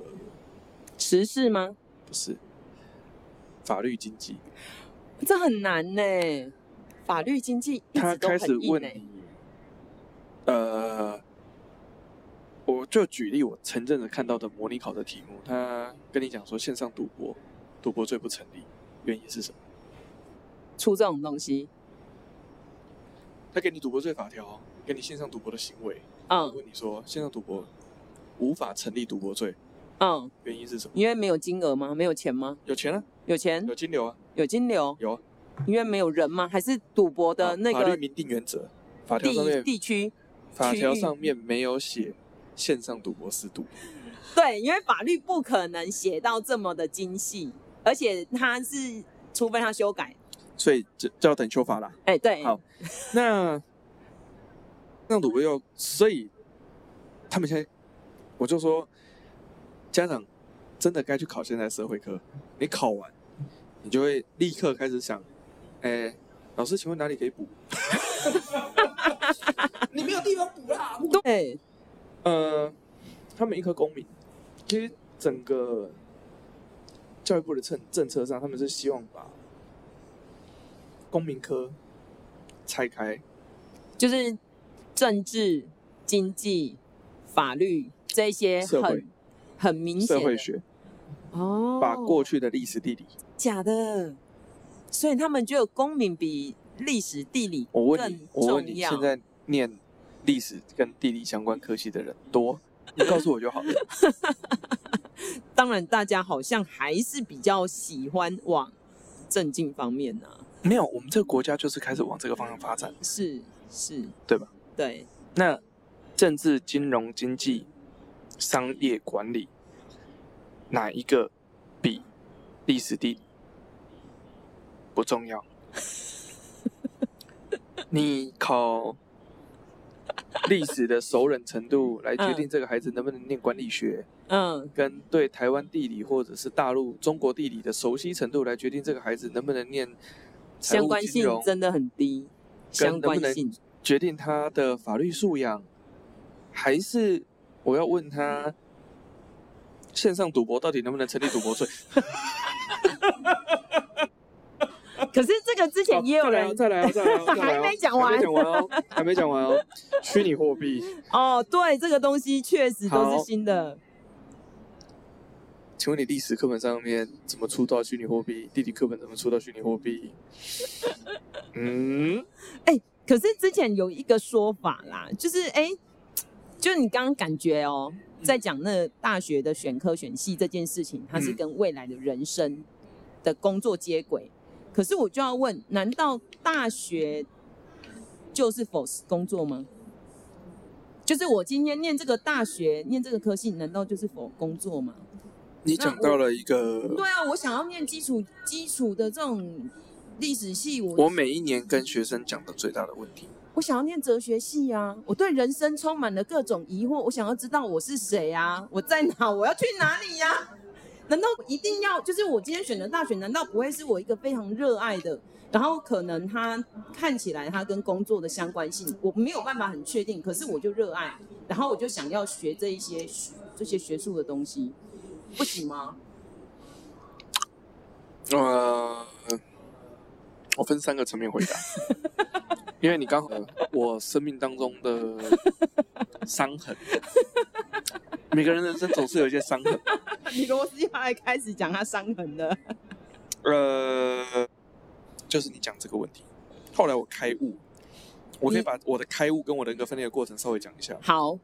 时事吗？
不是法律经济。
这很难呢、法律经济一
他
直都
开
很
始
硬欸
问
呢、
你，呃，我就举例我前阵子看到的模拟考的题目，他跟你讲说线上赌博，赌博罪不成立，原因是什么？
出这种东西。
他给你赌博罪法条，给你线上赌博的行为，
嗯
问你说线上赌博无法成立赌博罪，
嗯，
原因是什么？
因为没有金额吗？没有钱吗？
有钱啊，
有钱
有金流啊，
有金流，
有啊。
因为没有人吗？还是赌博
好
的那
法律
个
明定原则，啊法条上
地
面
地区？
法
区域
条上面没有写线上赌博是赌博，
对，因为法律不可能写到这么的精细，而且它是，除非它修改。
所以就就要等修法啦。
哎、对，
好那那赌博又，所以他们现在我就说，家长真的该去考现在社会科。你考完，你就会立刻开始想，哎、老师，请问哪里可以补？你没有地方补啦。
对，
呃，他们一颗公民，其实整个教育部的政政策上，他们是希望把公民科拆开，
就是政治、经济、法律这些
社会
很很明显
社
的
会学。
哦，
把过去的历史地理，
假的，所以他们觉得公民比历史地理
我问你
更，
我问你，
重要。
现在念 历史跟地理相关科系的人多，你告诉我就好了。
当然大家好像还是比较喜欢往正经方面啊呢、
没有，我们这个国家就是开始往这个方向发展。
是是，
对吧？
对，
那政治、金融、经济、商业管理，哪一个比历史地理不重要？ 你考历史的熟人程度来决定这个孩子能不能念管理学，
嗯
跟对台湾地理或者是大陆中国地理的熟悉程度来决定这个孩子能不能念财
相
务
关
金
性
融，
真的很低，
跟
相
能不
关
能
性
决定他的法律素养，还是我要问他线上赌博到底能不能成立赌 博哦罪？
可是这个之前也有人、
再来啊，再来啊，再来啊，再来啊
还没讲完
还没讲完哦，还没讲 完哦，虚拟货币，
哦，对，这个东西确实都是
好
新的。
请问你历史课本上面怎么出到虚拟货币？地理课本怎么出到虚拟货币？嗯，
可是之前有一个说法啦，就是哎、诶就你刚刚感觉哦，在讲那大学的选科选系这件事情，它是
嗯
跟未来的人生的工作接轨。可是我就要问，难道大学就是否是工作吗？就是我今天念这个大学，念这个科系，难道就是否工作吗？
你讲到了一个
对，啊，我想要念基础基础的这种历史系，我
我每一年跟学生讲的最大的问题。
我想要念哲学系啊，我对人生充满了各种疑惑，我想要知道我是谁啊，我在哪，我要去哪里呀、难道一定要就是我今天选的大学，难道不会是我一个非常热爱的？然后可能它看起来它跟工作的相关性，我没有办法很确定，可是我就热爱，然后我就想要学这一些学这些学术的东西，不行吗？ 嗯
呃，我分三个层面回答，因为你刚好我生命当中的伤痕，每个人人生总是有一些伤痕。
你罗斯要来开始讲他伤痕了，
呃，就是你讲这个问题，后来我开悟，我可以
你
把我的开悟跟我人格分裂的过程稍微讲一下。
好，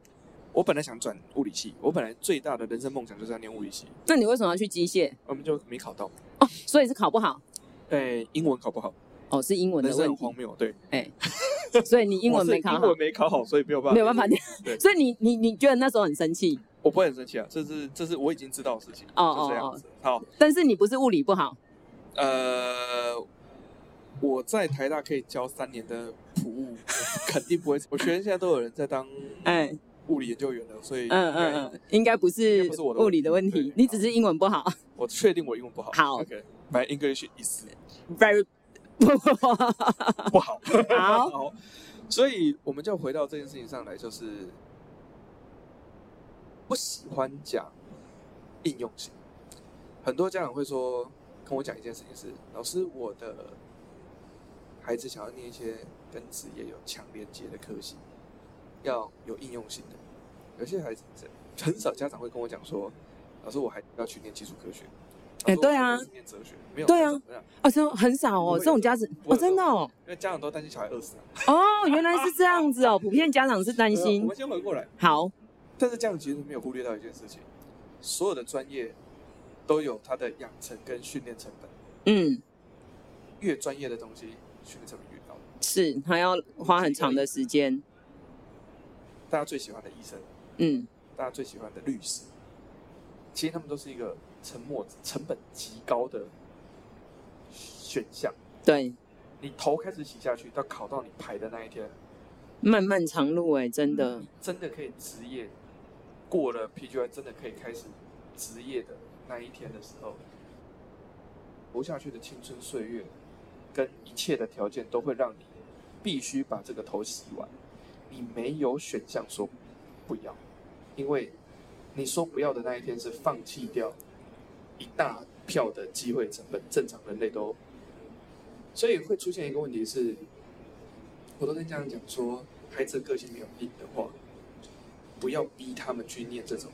我本来想转物理系，我本来最大的人生梦想就是要念物理系，
那你为什么要去机械？
我们就没考到。
哦，所以是考不好。
哎，英文考不好，
哦，是英文
人
的
生
问
很
题，
荒谬。对，
哎、所以你英文
哦我是
没考
英
好
文，没考好，所以没有办法，
没有办法念，
对
所以你你你觉得那时候很生气，
我不会很生气啊，这是这是我已经知道的事情，
哦
就这样子。好，
但是你不是物理不好，
呃，我在台大可以教三年的普物，我肯定不会。我学生现在都有人在当
哎、
物理研究员了，所以
嗯嗯
应该，
嗯，应该不
应
是
该不是我的问题
物理的问题
对，
你只是英文不好
我确定我英文不好。
好
，OK，my、English is
，very 不
不好。
好，
好，所以我们就回到这件事情上来，就是不喜欢讲应用性。很多家长会说，跟我讲一件事情是，老师，我的孩子想要念一些跟职业有强连接的科系，要有应用性的。有些孩子很少家长会跟我讲说，老师，我还要去念基础科学。
哎
老师
对啊
我还是念哲学没有
对啊
家长不让
哦，这种很少哦，这种家子
不会
哦，
有这
真
种
的哦，
因为家长都担心小孩饿死啊。
哦，原来是这样子 哦，普遍家长是担
我
心
们，先回过来，
好，
但是这样其实没有忽略到一件事情，所有的专业都有它的养成跟训练成本，
嗯，
越专业的东西训练成本越高。
是他要花很长的时间，
大家最喜欢的医生，
嗯，
大家最喜欢的律师，其实他们都是一个沉没成本极高的选项。
对，
你头开始洗下去，到考到你排的那一天，
漫漫长路哎、真的，
真的可以职业过了 PGY，真的可以开始职业的那一天的时候，活下去的青春岁月跟一切的条件都会让你必须把这个头洗完，你没有选项说不要，因为你说不要的那一天是放弃掉一大票的机会成本，正常人类都，所以会出现一个问题是，我都跟家长讲说，孩子的个性没有硬的话，不要逼他们去念这种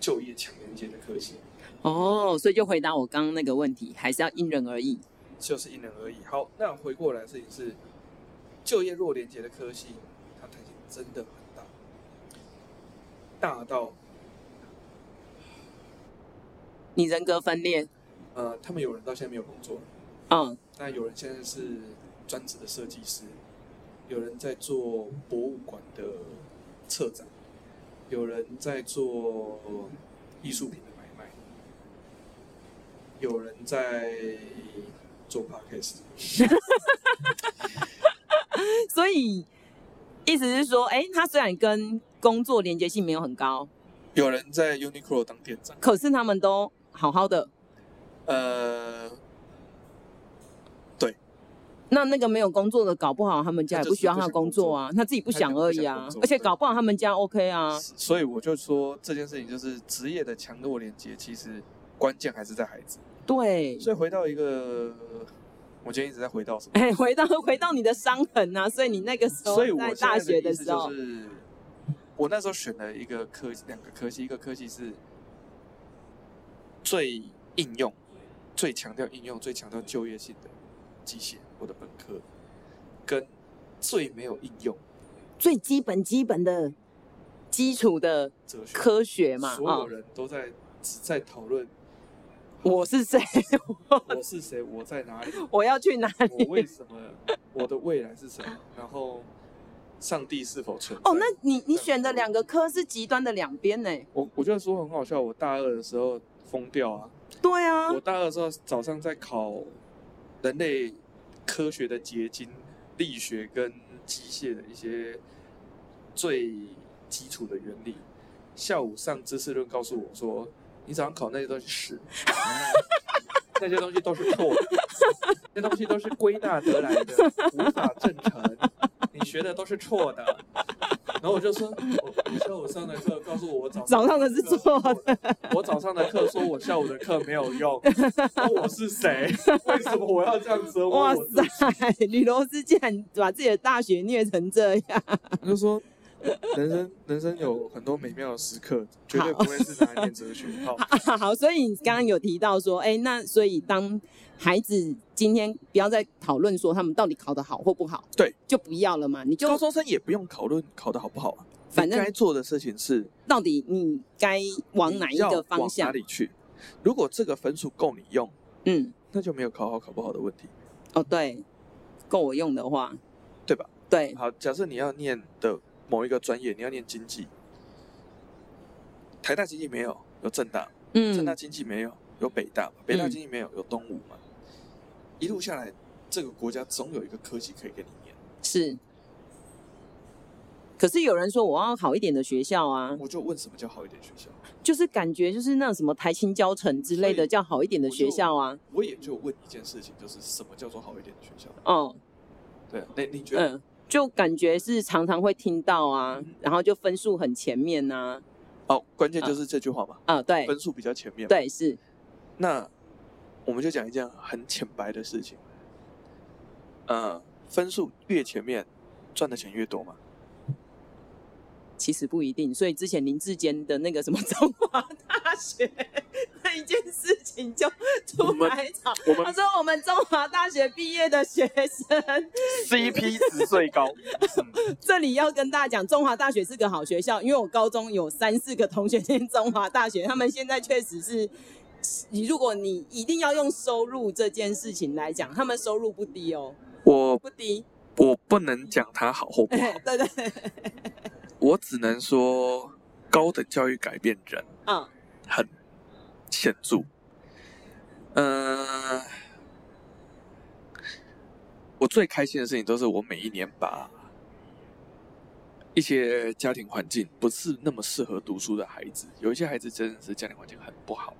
就业强连接的科系，
哦，所以就回答我刚刚那个问题，还是要因人而异，
就是因人而异。好，那回过来的事情是，就业弱连接的科系，它弹性真的很大，大到
你人格分裂，
呃，他们有人到现在没有工作，
嗯，
但有人现在是专职的设计师，有人在做博物馆的策展，有人在做艺术品的买卖，有人在做 podcast。
所以意思是说，哎、他虽然跟工作连接性没有很高，
有人在 Uniqlo 当店长，
可是他们都好好的。
呃，
那那个没有工作的，搞不好他们家
他
也
就
不
是
需要
不
他
想
工
工作
作啊，他自己不
他
想
可能
而
不
已
想
啊
工。作
而且
对
搞不好他们家 OK 啊，
所以我就说这件事情就是职业的强弱连接，其实关键还是在孩子。
对。
所以回到一个，我今天一直在回到什么？
哎，回到回到你的伤痕啊，所以你那个时候
所以我
在
现
大
在
学
的意思
时候
就，是，我那时候选了一个科两个科系，一个科系是最应用、最强调应用、最强调就业性的机械，我的本科，跟最没有应用
最基本基本的基础的
哲学，
科学嘛
所有
哦
人都在只在讨 论
我是谁，
我是谁，我在哪 里，
我要去哪
我
里？
为什么，我的未来是什么，然后上帝是否存在？
哦，那你你选的两个科是极端的两边呢？
我我就说很好笑，我大二的时候疯掉啊！
对啊，
我大二的时候早上在考人类科学的结晶、力学跟机械的一些最基础的原理。下午上知识论告诉我说，你早上考那些东西是屎， 那些东西都是错的，那东西都是归纳得来的，无法证成，你学的都是错的。然后我就说，我我下午上的课告诉我，我早
早上的是错的。
我早上的课说我下午的课没 有用，那我是谁？为什么我要这样折磨
哇
我自己？
塞，女罗斯竟然把自己的大学虐成这样，
我就说，人生人生有很多美妙的时刻，绝对不会是拿来念哲学。好，
好，所以你刚刚有提到说，哎、那所以当孩子今天不要再讨论说他们到底考得好或不好，
对，
就不要了嘛，你就
高中生也不用讨论考得好不好啊，
反
你
正
该做的事情是
到底你该往哪一
你
个
要
方
往哪
向？
里去。如果这个分数够你用，
嗯，
那就没有考好考不好的问题。
哦，对，够我用的话，
对吧？
对，
好，假设你要念的某一个专业，你要念经济，台大经济没有，有政大。正
嗯
大，经济没有，有北大，北大
嗯
经济没有，有东吴嘛。一路下来，这个国家总有一个科技可以给你念。
是。可是有人说我要好一点的学校啊，
我就问什么叫好一点学校，
就是感觉就是那什么台青教程之类
所
的
以
叫好一点的
我
学
就
校啊，
我也就问一件事情，就是什么叫做好一点的学校？
哦，
对啊，那你觉得？
嗯，就感觉是常常会听到啊，然后就分数很前面呐、
哦，关键就是这句话嘛，
啊，对，
分数比较前面。，
对是，
那我们就讲一件很浅白的事情，呃，分数越前面，赚的钱越多嘛。
其实不一定。所以之前林志坚的那个什么中华大学 那一件事情就出
我们
来吵，
我
他
们
说我们中华大学毕业的学生，
CP 值最 高，嗯
这里要跟大家讲，中华大学是个好学校，因为我高中有三四个同学念中华大学，他们现在确实是。你如果你一定要用收入这件事情来讲，他们收入不低哦，
我
不 低。
我不能讲它好或不好。
对对对，
我只能说，高等教育改变人
嗯
很显著。嗯、我最开心的事情都是我每一年把一些家庭环境不是那么适合读书的孩子，有一些孩子真的是家庭环境很不好，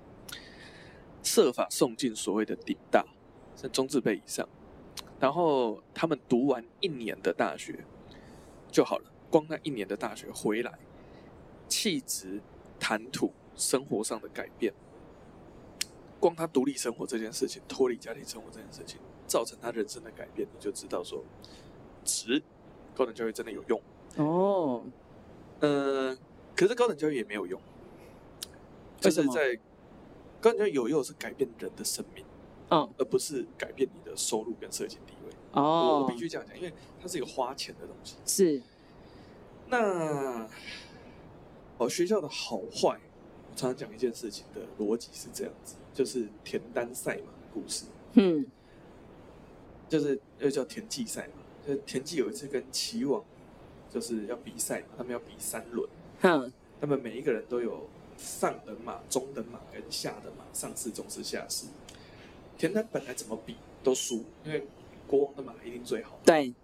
设法送进所谓的顶大，是中字辈以上，然后他们读完一年的大学就好了，光那一年的大学回来，气质、谈吐、生活上的改变，光他独立生活这件事情，脱离家庭生活这件事情，造成他人生的改变，你就知道说，值高等教育真的有用。
哦，
嗯，可是高等教育也没有用，就
为什
是
么
在高等教育有用是改变人的生命，
哦
而不是改变你的收入跟社经地位。我
哦
必，须这样讲，因为它是一个花钱的东西。
是
呃那哦，学校的好坏，我常常讲一件事情的逻辑是这样子，就是田单赛马的故事，
嗯
就是又叫田忌赛嘛。就是田忌有一次跟齐王就是要比赛嘛，他们要比三轮，
哼
他们每一个人都有上等马、中等马跟下等马，上士、中士、下士。田单本来怎么比都输，因为国王的马一定最好。
对，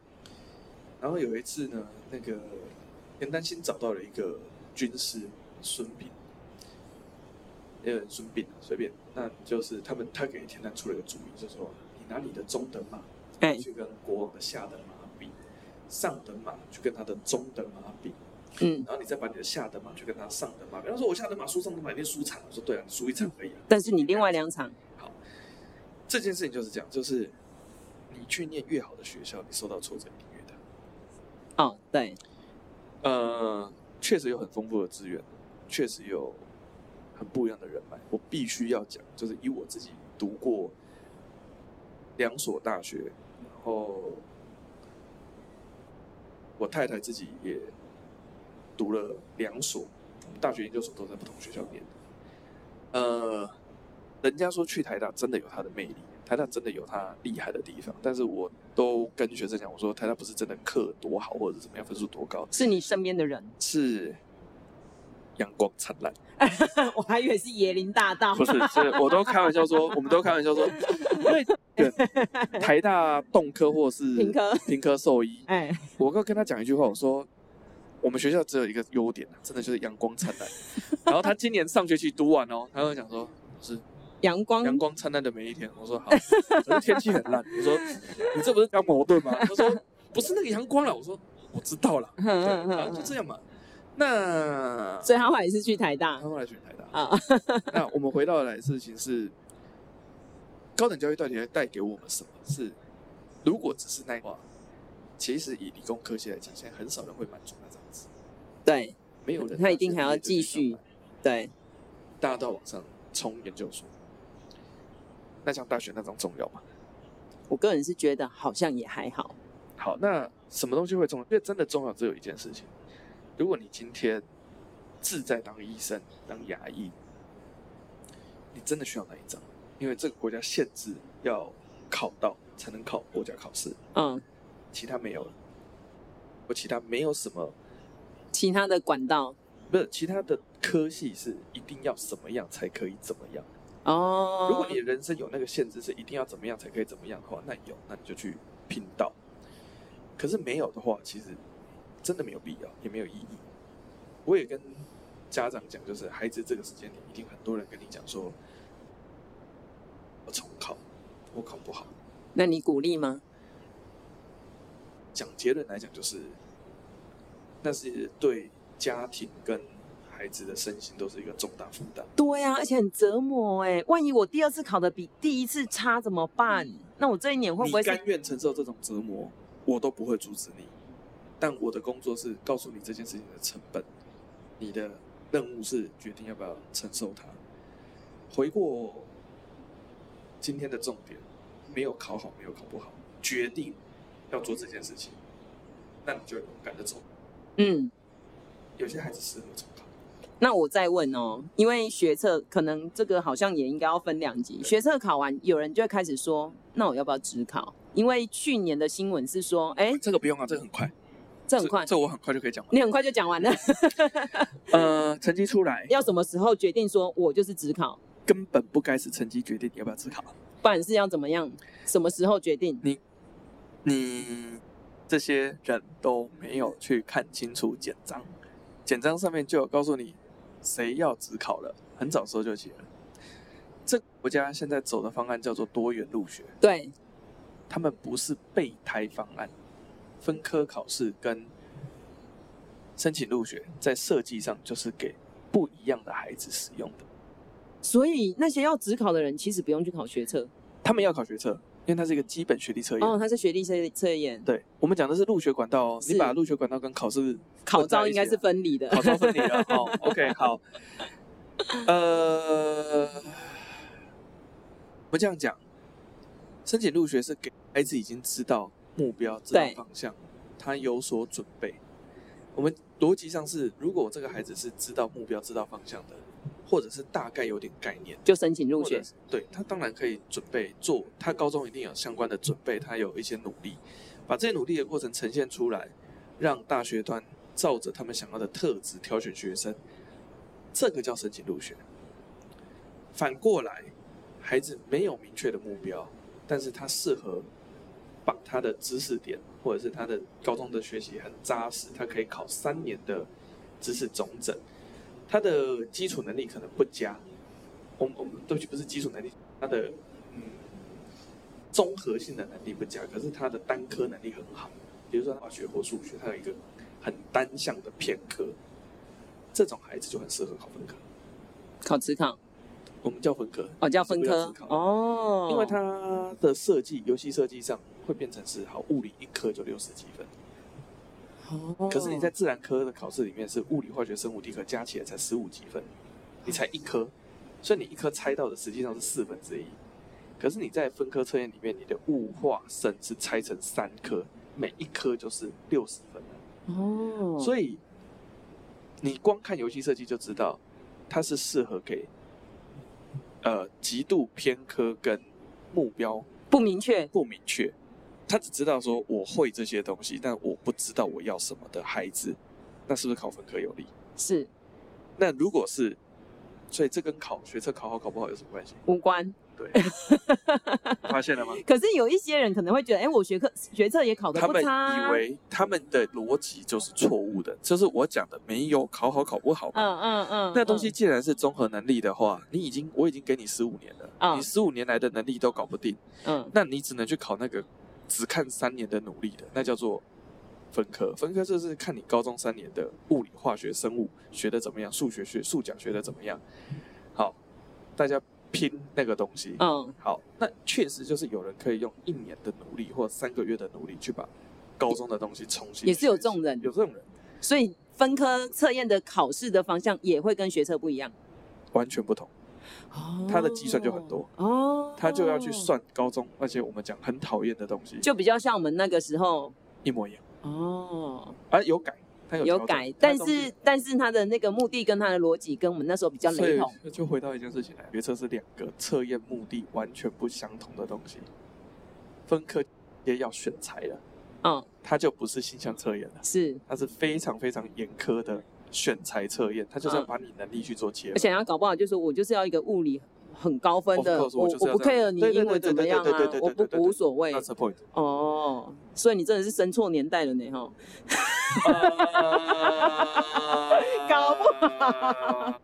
然后有一次呢，那个田丹新找到了一个军师孙膑，呃，孙膑啊，随便，那就是他们他给田丹出了一个主意，就说你拿你的中等马
哎、
去跟国王的下等马比，上等马去跟他的中等马比，
嗯，
然后你再把你的下等马去跟他上等马比。他说我下等马输上等马一定输场，我说对啊，你输一场而已、啊。
但是你另外两场，
这件事情就是这样，就是你去念越好的学校，你受到挫折一定越大。
哦，对，
呃，确实有很丰富的资源，确实有很不一样的人脉。我必须要讲，就是以我自己读过两所大学，然后我太太自己也读了两所大学研究所，都在不同学校念的。呃，人家说去台大真的有它的魅力，台大真的有它厉害的地方，但是我都跟学生讲，我说台大不是真的课多好或者怎么样，分数多高，
是你身边的人，
是阳光灿烂，
我还以为是椰林大道
不，是？是我都开玩笑 说，我们都开玩笑说，因为台大动科或是
平科
平科兽医，
哎、
我刚跟他讲一句话，我说我们学校只有一个优点啊，真的就是阳光灿 烂。然后他今年上学期读完哦，他就讲说。是
阳光，
阳光灿烂的每一天。我说好，可是天气很烂。我说你这不是刚矛盾吗？他说不是那个阳光了。我说我知道了，
哼
对，
哼
然后
哼
就这
哼，
样嘛。那
所以他后来也是去台大
他后来选台大，
啊，
那我们回到来的事情是，高等教育到底要带给我们什么？是如果只是那一话，其实以理工科系来讲，现在很少人会满足那张纸，
对
没有人
他一定还要继续对，
大到往上冲研究所。那像大学那张重要吗？
我个人是觉得好像也还好，
好，那什么东西会重要？因为真的重要只有一件事情：如果你今天志在当医生、当牙医，你真的需要那一张，因为这个国家限制要考到才能考国家考试，
嗯，
其他没有了。我其他没有什么，
其他的管道
不是其他的科系是一定要什么样才可以怎么样。
哦，
如果你的人生有那个限制，是一定要怎么样才可以怎么样的话，那有，那你就去拼到。可是没有的话，其实真的没有必要，也没有意义。我也跟家长讲，就是孩子这个时间点，一定很多人跟你讲说，我重考，我考不好。
那你鼓励吗？
讲结论来讲，就是那是对家庭跟孩子的身心都是一个重大负担。
对啊呀、而且很折磨哎、万一我第二次考的比第一次差怎么办？那我这一年会不会
你
是
甘愿承受这种折磨，我都不会阻止你。但我的工作是告诉你这件事情的成本，你的任务是决定要不要承受它。回过今天的重点，没有考好，没有考不好，决定要做这件事情，那你就勇敢的走。
嗯？
有些孩子适合重考，
那我再问哦，因为学测可能这个好像也应该要分两级。学测考完，有人就会开始说，那我要不要只考？因为去年的新闻是说，哎，
这个不用啊，这个很快，
这很快，
这我很快就可以讲完。
你很快就讲完了，
呃，成绩出来
要什么时候决定说我就是只考，
根本不该是成绩决定你要不要自考。
不然是要怎么样？什么时候决定？
你这些人都没有去看清楚简章，简章上面就有告诉你谁要只考了，很早时候就写了。这个国家现在走的方案叫做多元入学，
对，
他们不是备胎方案，分科考试跟申请入学在设计上就是给不一样的孩子使用的。
所以那些要只考的人，其实不用去考学测
他们要考学测，因为它是一个基本学历测验。
哦，他是学历测测验，
对，我们讲的是入学管道哦，你
是
把入学管道跟考试
考
混在
照
一
应
起
该
了
是分离的。
好，招分你了。哦，OK，好。呃，我这样讲，申请入学是给孩子已经知道目标、知道
对
方向，他有所准备。我们逻辑上是，如果我这个孩子是知道目标、知道方向的，或者是大概有点概念。
就申请入
或者
学。
是对他当然可以准备做，他高中一定有相关的准备，他有一些努力，把这些努力的过程呈现出来，让大学端照着他们想要的特质挑选学生，这个叫申请入学。反过来，孩子没有明确的目标，但是他适合把他的知识点或者是他的高中的学习很扎实，他可以考三年的知识总整，他的基础能力可能不佳，我们我们对不起，不是基础能力，他的嗯综合性的能力不佳，可是他的单科能力很好，比如说化学或数学，他有一个很单向的偏科，这种孩子就很适合考分科，
考职考
我们叫分科，
哦，叫
是
分
不叫
科
自考
哦，
因为它的设计游戏设计上会变成是好物理一科就六十几分，
哦，
可是你在自然科的考试里面是物理、化学、生物、地科加起来才十五几分，你才一科，所以你一科猜到的实际上是四分之一。可是你在分科测验里面，你的物化生是拆成三科，每一科就是六十分的
哦，以
所以你光看游戏设计就知道，它是适合给呃极度偏科跟目标
不明确
不明确，他只知道说我会这些东西，但我不知道我要什么的孩子，那是不是考分科有利？
是
那如果是，所以这跟考学测考好考不好有什么关系？
无关。
对，发现了吗？
可是有一些人可能会觉得，哎，我学科学测也考得
他
不
们
差啊，
以为他们的逻辑就是错误的，就是我讲的没有考好考不好。
嗯嗯嗯，
那东西
嗯
既然是综合能力的话，你已经我已经给你十五年了，
嗯
你十五年来的能力都搞不定，
嗯
那你只能去考那个只看三年的努力的，那叫做分科。分科就是看你高中三年的物理、化学、生物学的怎么样，数学学数甲学的怎么样。好，大家拼那个东西。
嗯
好，那确实就是有人可以用一年的努力或三个月的努力去把高中的东西重新
也是有
学习
这种人
有这种人
所以分科测验的考试的方向也会跟学测不一样。
完全不同，
哦
他的计算就很多
哦，
他就要去，算高中那些我们讲很讨厌的东西，
就比较像我们那个时候
一模一样，
哦，
而、有改，他有
有
调整
改，
他
但
的东西
是但是他的那个目的跟他的逻辑跟我们那时候比较
所
雷
以
同，
就回到一件事情来，学测是两个测验目的完全不相同的东西。分科也要选材了，
嗯，
它就不是性向测验了，
是，
它是非常非常严苛的选材测验，它就是要
嗯
把你能力去做切
而
分。
且他搞不好就说我就是要一个物理很高分
Of
的，
course，
我
我就是要
不
这样
care 你
对对
英文
对
怎么
对
样
对对
啊
对对，
我不
对对
无所谓。
That's the point
哦，所以你真的是生错年代了呢哈，吼搞
不好。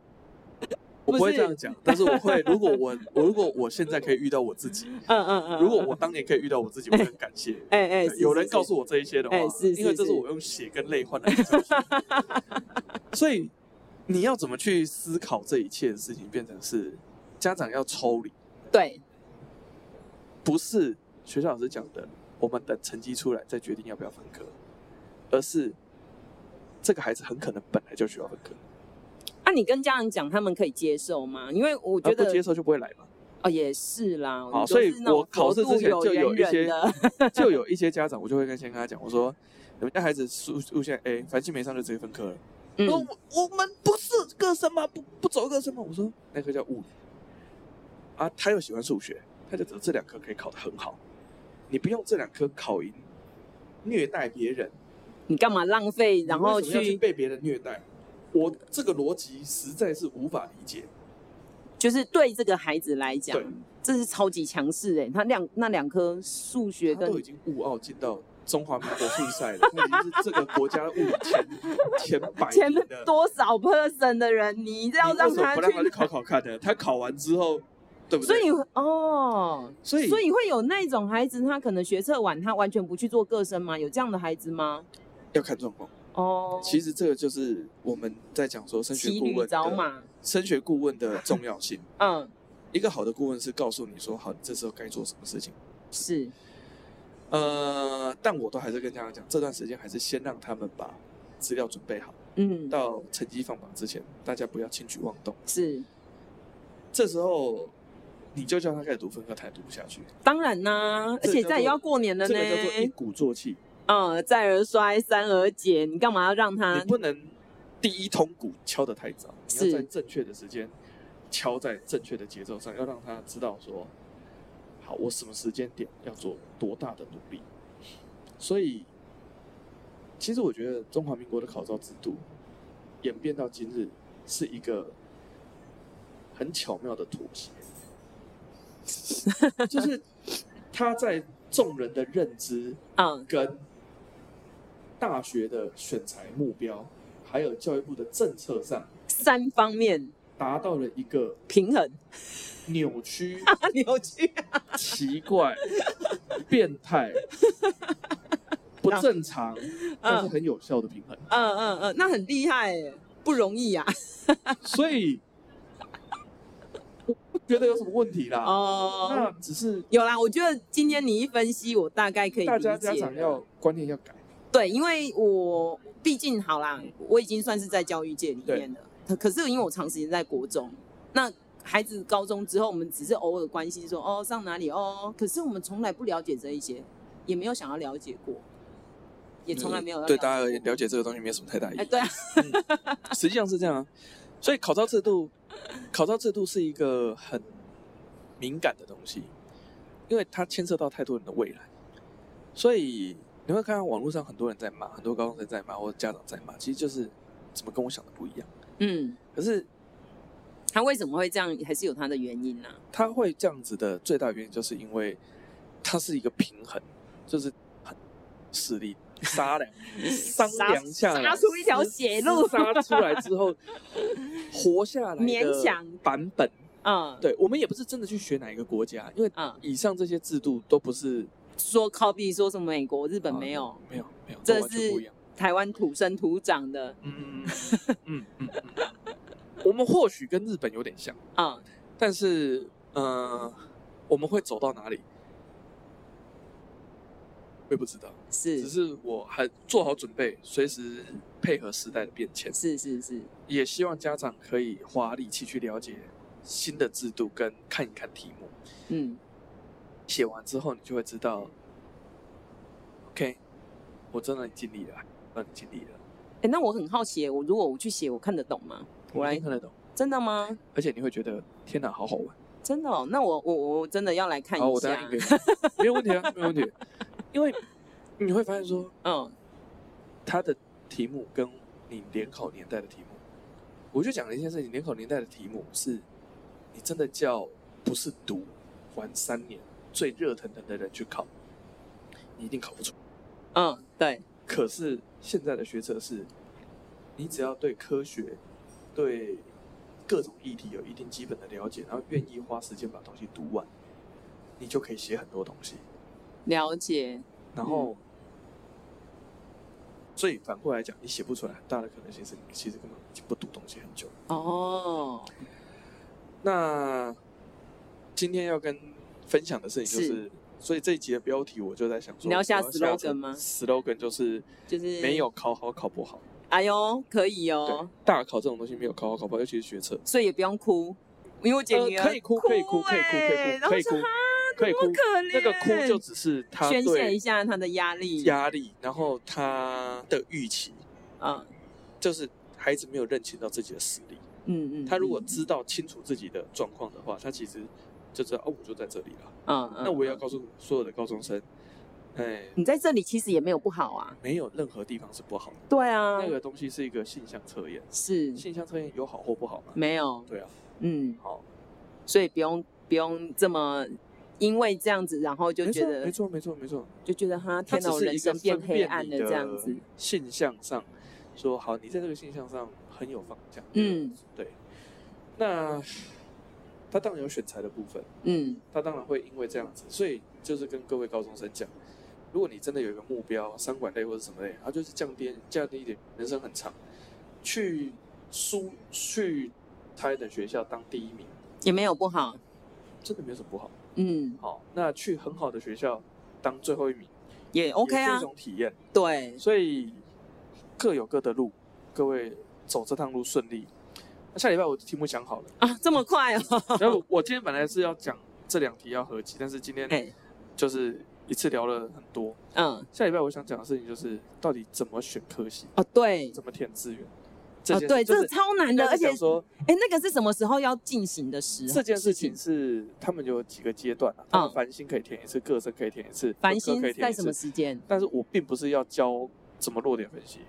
我不会
不是
这样讲，但是我会。如果我我如果我现在可以遇到我自 己，
嗯嗯嗯，
如果我当年可以遇到我自己，我会很感谢。
哎哎，
对
是
有
是
人
是
告诉我这一些的话
哎，是是
因为这是
是
我用血跟泪换来的教训。所以你要怎么去思考这一切的事情，变成是家长要抽离，
对，
不是学校老师讲的，我们等成绩出来再决定要不要分科，而是这个孩子很可能本来就需要分科，
啊，你跟家人讲，他们可以接受吗？因为我觉
而不
得
接受就不会来嘛。
哦，也是啦，
好
你
所以
就是那种
我考试之前
佛度
就有
有
一
缘
些
人的
就有一些家长，我就会跟先跟他讲，我说你们家孩子出出现 A，反正没上就直接分科了。
嗯
我我们不是个什么不不走个什么，我说那科叫物理啊，他又喜欢数学，他就只有这两科可以考得很好，你不用这两科考赢虐待别人，
你干嘛浪费，然后
你为什么要去
去
被别人虐待，我这个逻辑实在是无法理解。
就是对这个孩子来讲
对，
这是超级强势哎，他两那两科数学
他
跟
都已经物奥进到中华民国复赛 了，他已经是这个国家物理前前百
前
名
面
的。
多少 person 的人，你要
你
让
为什么
他
不
去
让他去考考看呢？他考完之后，对不
所
对？
以哦，
所以
所以会有那种孩子，他可能学测完，他完全不去做个生吗？有这样的孩子吗？
要看状况。
哦，
其实这个就是我们在讲说升学
骑
顾
驴
问
找
的
马，
升学顾问的重要性。
嗯，
一个好的顾问是告诉你说，好，你这时候该做什么事情。
是
呃，但我都还是跟家长讲，这段时间还是先让他们把资料准备好，
嗯
到成绩放榜之前，大家不要轻举妄动。
是。
这时候你就叫他开始读分科，他也读不下去。
当然啦、而
这
且
叫
再也
做
要过年了
这
呢。
个叫做一鼓作气，
嗯，再而衰，三而竭，你干嘛要让他
你？不能第一通鼓敲得太早，你
是
要在正确的时间敲在正确的节奏上，要让他知道说，好，我什么时间点要做多大的努力。所以，其实我觉得中华民国的考照制度演变到今日，是一个很巧妙的妥协，就是他在众人的认知
嗯，
跟大学的选材目标，还有教育部的政策上，
三方面
达到了一个
平衡，
扭曲、
啊，扭曲，
奇怪、变态、不正常，但是很有效的平衡。
嗯嗯嗯，那很厉害耶，不容易啊呀、嗯
所以我不觉得有什么问题啦。那
哦，
只是
有啦，我觉得今天你一分析，我大概可以理解
大
了。
家家长要观念要改。
对，因为我毕竟好啦，我已经算是在教育界里面了。可可是因为我长时间在国中，那孩子高中之后，我们只是偶尔关心说哦上哪里哦，可是我们从来不了解这一些，也没有想要了解过，也从来没有要
对
解
大家而言，
过
了解这个东西没有什么太大意义。
哎对啊，
实际上是这样啊。所以考照制度，考照制度是一个很敏感的东西，因为它牵涉到太多人的未来。所以你会看到网络上很多人在骂，很多高中生在骂，或者家长在骂，其实就是怎么跟我想的不一样。
嗯，
可是
他为什么会这样，还是有他的原因啊呐、
他会这样子的最大原因，就是因为它是一个平衡，就是很势力杀 两商量下来，
杀出一条血路
厮杀出来之 后活下来的
勉强
版本。
嗯，，
对我们也不是真的去学哪一个国家，因为
嗯，
以上这些制度都不是
说 copy 说什么美国、日本
啊
呃没有，
没有没有，
这
都完全
是
不一样。
台湾土生土长的，
嗯嗯嗯嗯嗯嗯，我们或许跟日本有点像，
嗯，
但是呃，我们会走到哪里，我也不知道。只
是
是我还做好准备，随时配合时代的变迁，
是是是，
也希望家长可以花力气去了解新的制度，跟看一看题目。
嗯
写完之后，你就会知道，OK，我真的尽力了，让你尽力了，
哎，那我很好奇耶，我如果我去写，我看得懂吗？我
一
来
定，看得懂，
真的吗？
而且你会觉得天哪，好好玩。
真的哦，那我我我真的要来看
好，
一
我等
下
下。印给你，没有问题啊，没有问题。因为你会发现说，
嗯，
它的题目跟你联考年代的题目，我就讲了一件事情，联考年代的题目是，你真的叫不是读玩三年最热腾腾的人去考，你一定考不出。
嗯，对，
可是现在的学者是，你只要对科学、对各种议题有一定基本的了解，然后愿意花时间把东西读完，你就可以写很多东西。
了解，
然后，所以反过来讲，你写不出来，很大的可能性是你其实根本已经不读东西很久。
哦，
那今天要跟分享的事情就是，
是
所以这一集的标题我就在想说，
你要下
我
slogan
成
吗
？slogan 就是
就是
没，有考好考不好。
哎呦，可以哦
对，，大考这种东西没有考好考不好，尤其是学测，
所以也不用哭，因为我姐
呃
女儿
可以哭，可以哭，可以哭，
欸啊然后
可以
说
哭
哈，
可以哭，
多
可以哭。
可怜，
那个哭就只是他
宣泄一
对
下她的压力，
压力，然后他的预期，
嗯
就是孩子没有认清到自己的实力。
嗯嗯，
他如果
嗯
知道清楚自己的状况的话，他其实就知道哦，我就在这里了。
嗯，嗯
那我也要
嗯
告诉所有的高中生，哎，
你在这里其实也没有不好啊，
没有任何地方是不好的。
对啊，
那个东西是一个性向测验，
是
性向测验有好或不好吗？
嗯没有，
对啊，
嗯，
好，
所以不用不用这么因为这样子，然后就
没
觉
错，
得
没错，没错，没错。
就觉得哈，
它
天
只
哪，我
是
人
一个
生变
分
黑暗
你
了
的
这样子。
性向上，说好，你在这个性向上很有方向。
嗯，
对。那他当然有选材的部分，
嗯，
他当然会因为这样子，所以就是跟各位高中生讲，如果你真的有一个目标，商管类或者什么类，它就是降低降低一点，人生很长，去输去他的学校当第一名，
也没有不好。
真的没有什么不好。
嗯，
好，那去很好的学校当最后一名
也 OK
也是
啊
一，种体验。
对，
所以各有各的路，各位走这趟路顺利。那下礼拜我的题目想好了，
啊，这么快 哦，
然后我今天本来是要讲这两题要合集，但是今天
哎，
就是一次聊了很多。
嗯，
下礼拜我想讲的事情就是，到底怎么选科系，
哦，对，
怎么填志愿，这
哦，
件
对，
就
这
是
超难的，
应该
而
是
且嗯
讲说
哎，那个是什么时候要进行的时候？
这件事情是他们有几个阶段啊，他们
嗯
繁星可以填一次，个声可以填一次，
繁
本科
星
可以填
在
一
什么
次，
时间？
但是我并不是要教怎么弱点分 析，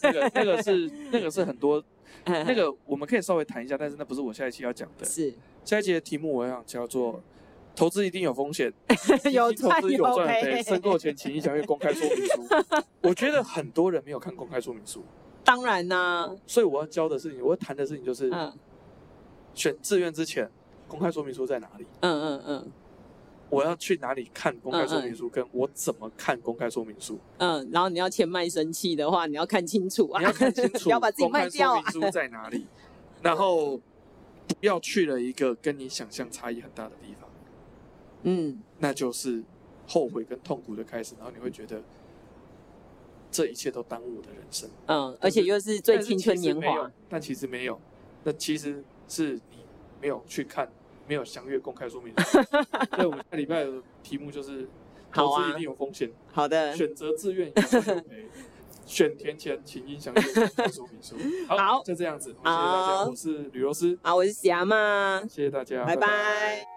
那个那个是那个是很多 那
那
个我们可以稍微谈一下，但是那不是我下一期要讲的。
嗯是
下一节的题目我想叫 做“投资一定有风险，
有
基金投
赚
资有赚有
赔
赔，申购前请一详阅公开说明书” 。 我觉得很多人没有看公开说明书，
当然啦，
所以我要教的事情，我要谈的事情就是
嗯
选志愿之前，公开说明书在哪里？
嗯嗯嗯
我要去哪里看公开说明书？跟我怎么看公开说明书？
嗯，然后你要欠卖身契的话，你要看清楚啊，
你要 看清楚
不要把自己
公
卖
开
掉
说
啊
明。书在哪里，然后不要去了一个跟你想象差异很大的地方。
嗯，
那就是后悔跟痛苦的开始，然后你会觉得这一切都耽误我的人生，
嗯，而
但是
且又是最青春年
但是其实没有
华，，
但其实没有，那其实是你没有去看，没有详阅公开说明 书。所以我们下礼拜的题目就是
好
投
啊嗯
资一定有风险，
好的，
选择自愿有没有赔。选填前，请应详阅公开说 明书。
好
就这样子，我们谢谢大家，
好
我是吕罗斯，
啊，我是喜阿妈，
谢谢大家，
拜拜。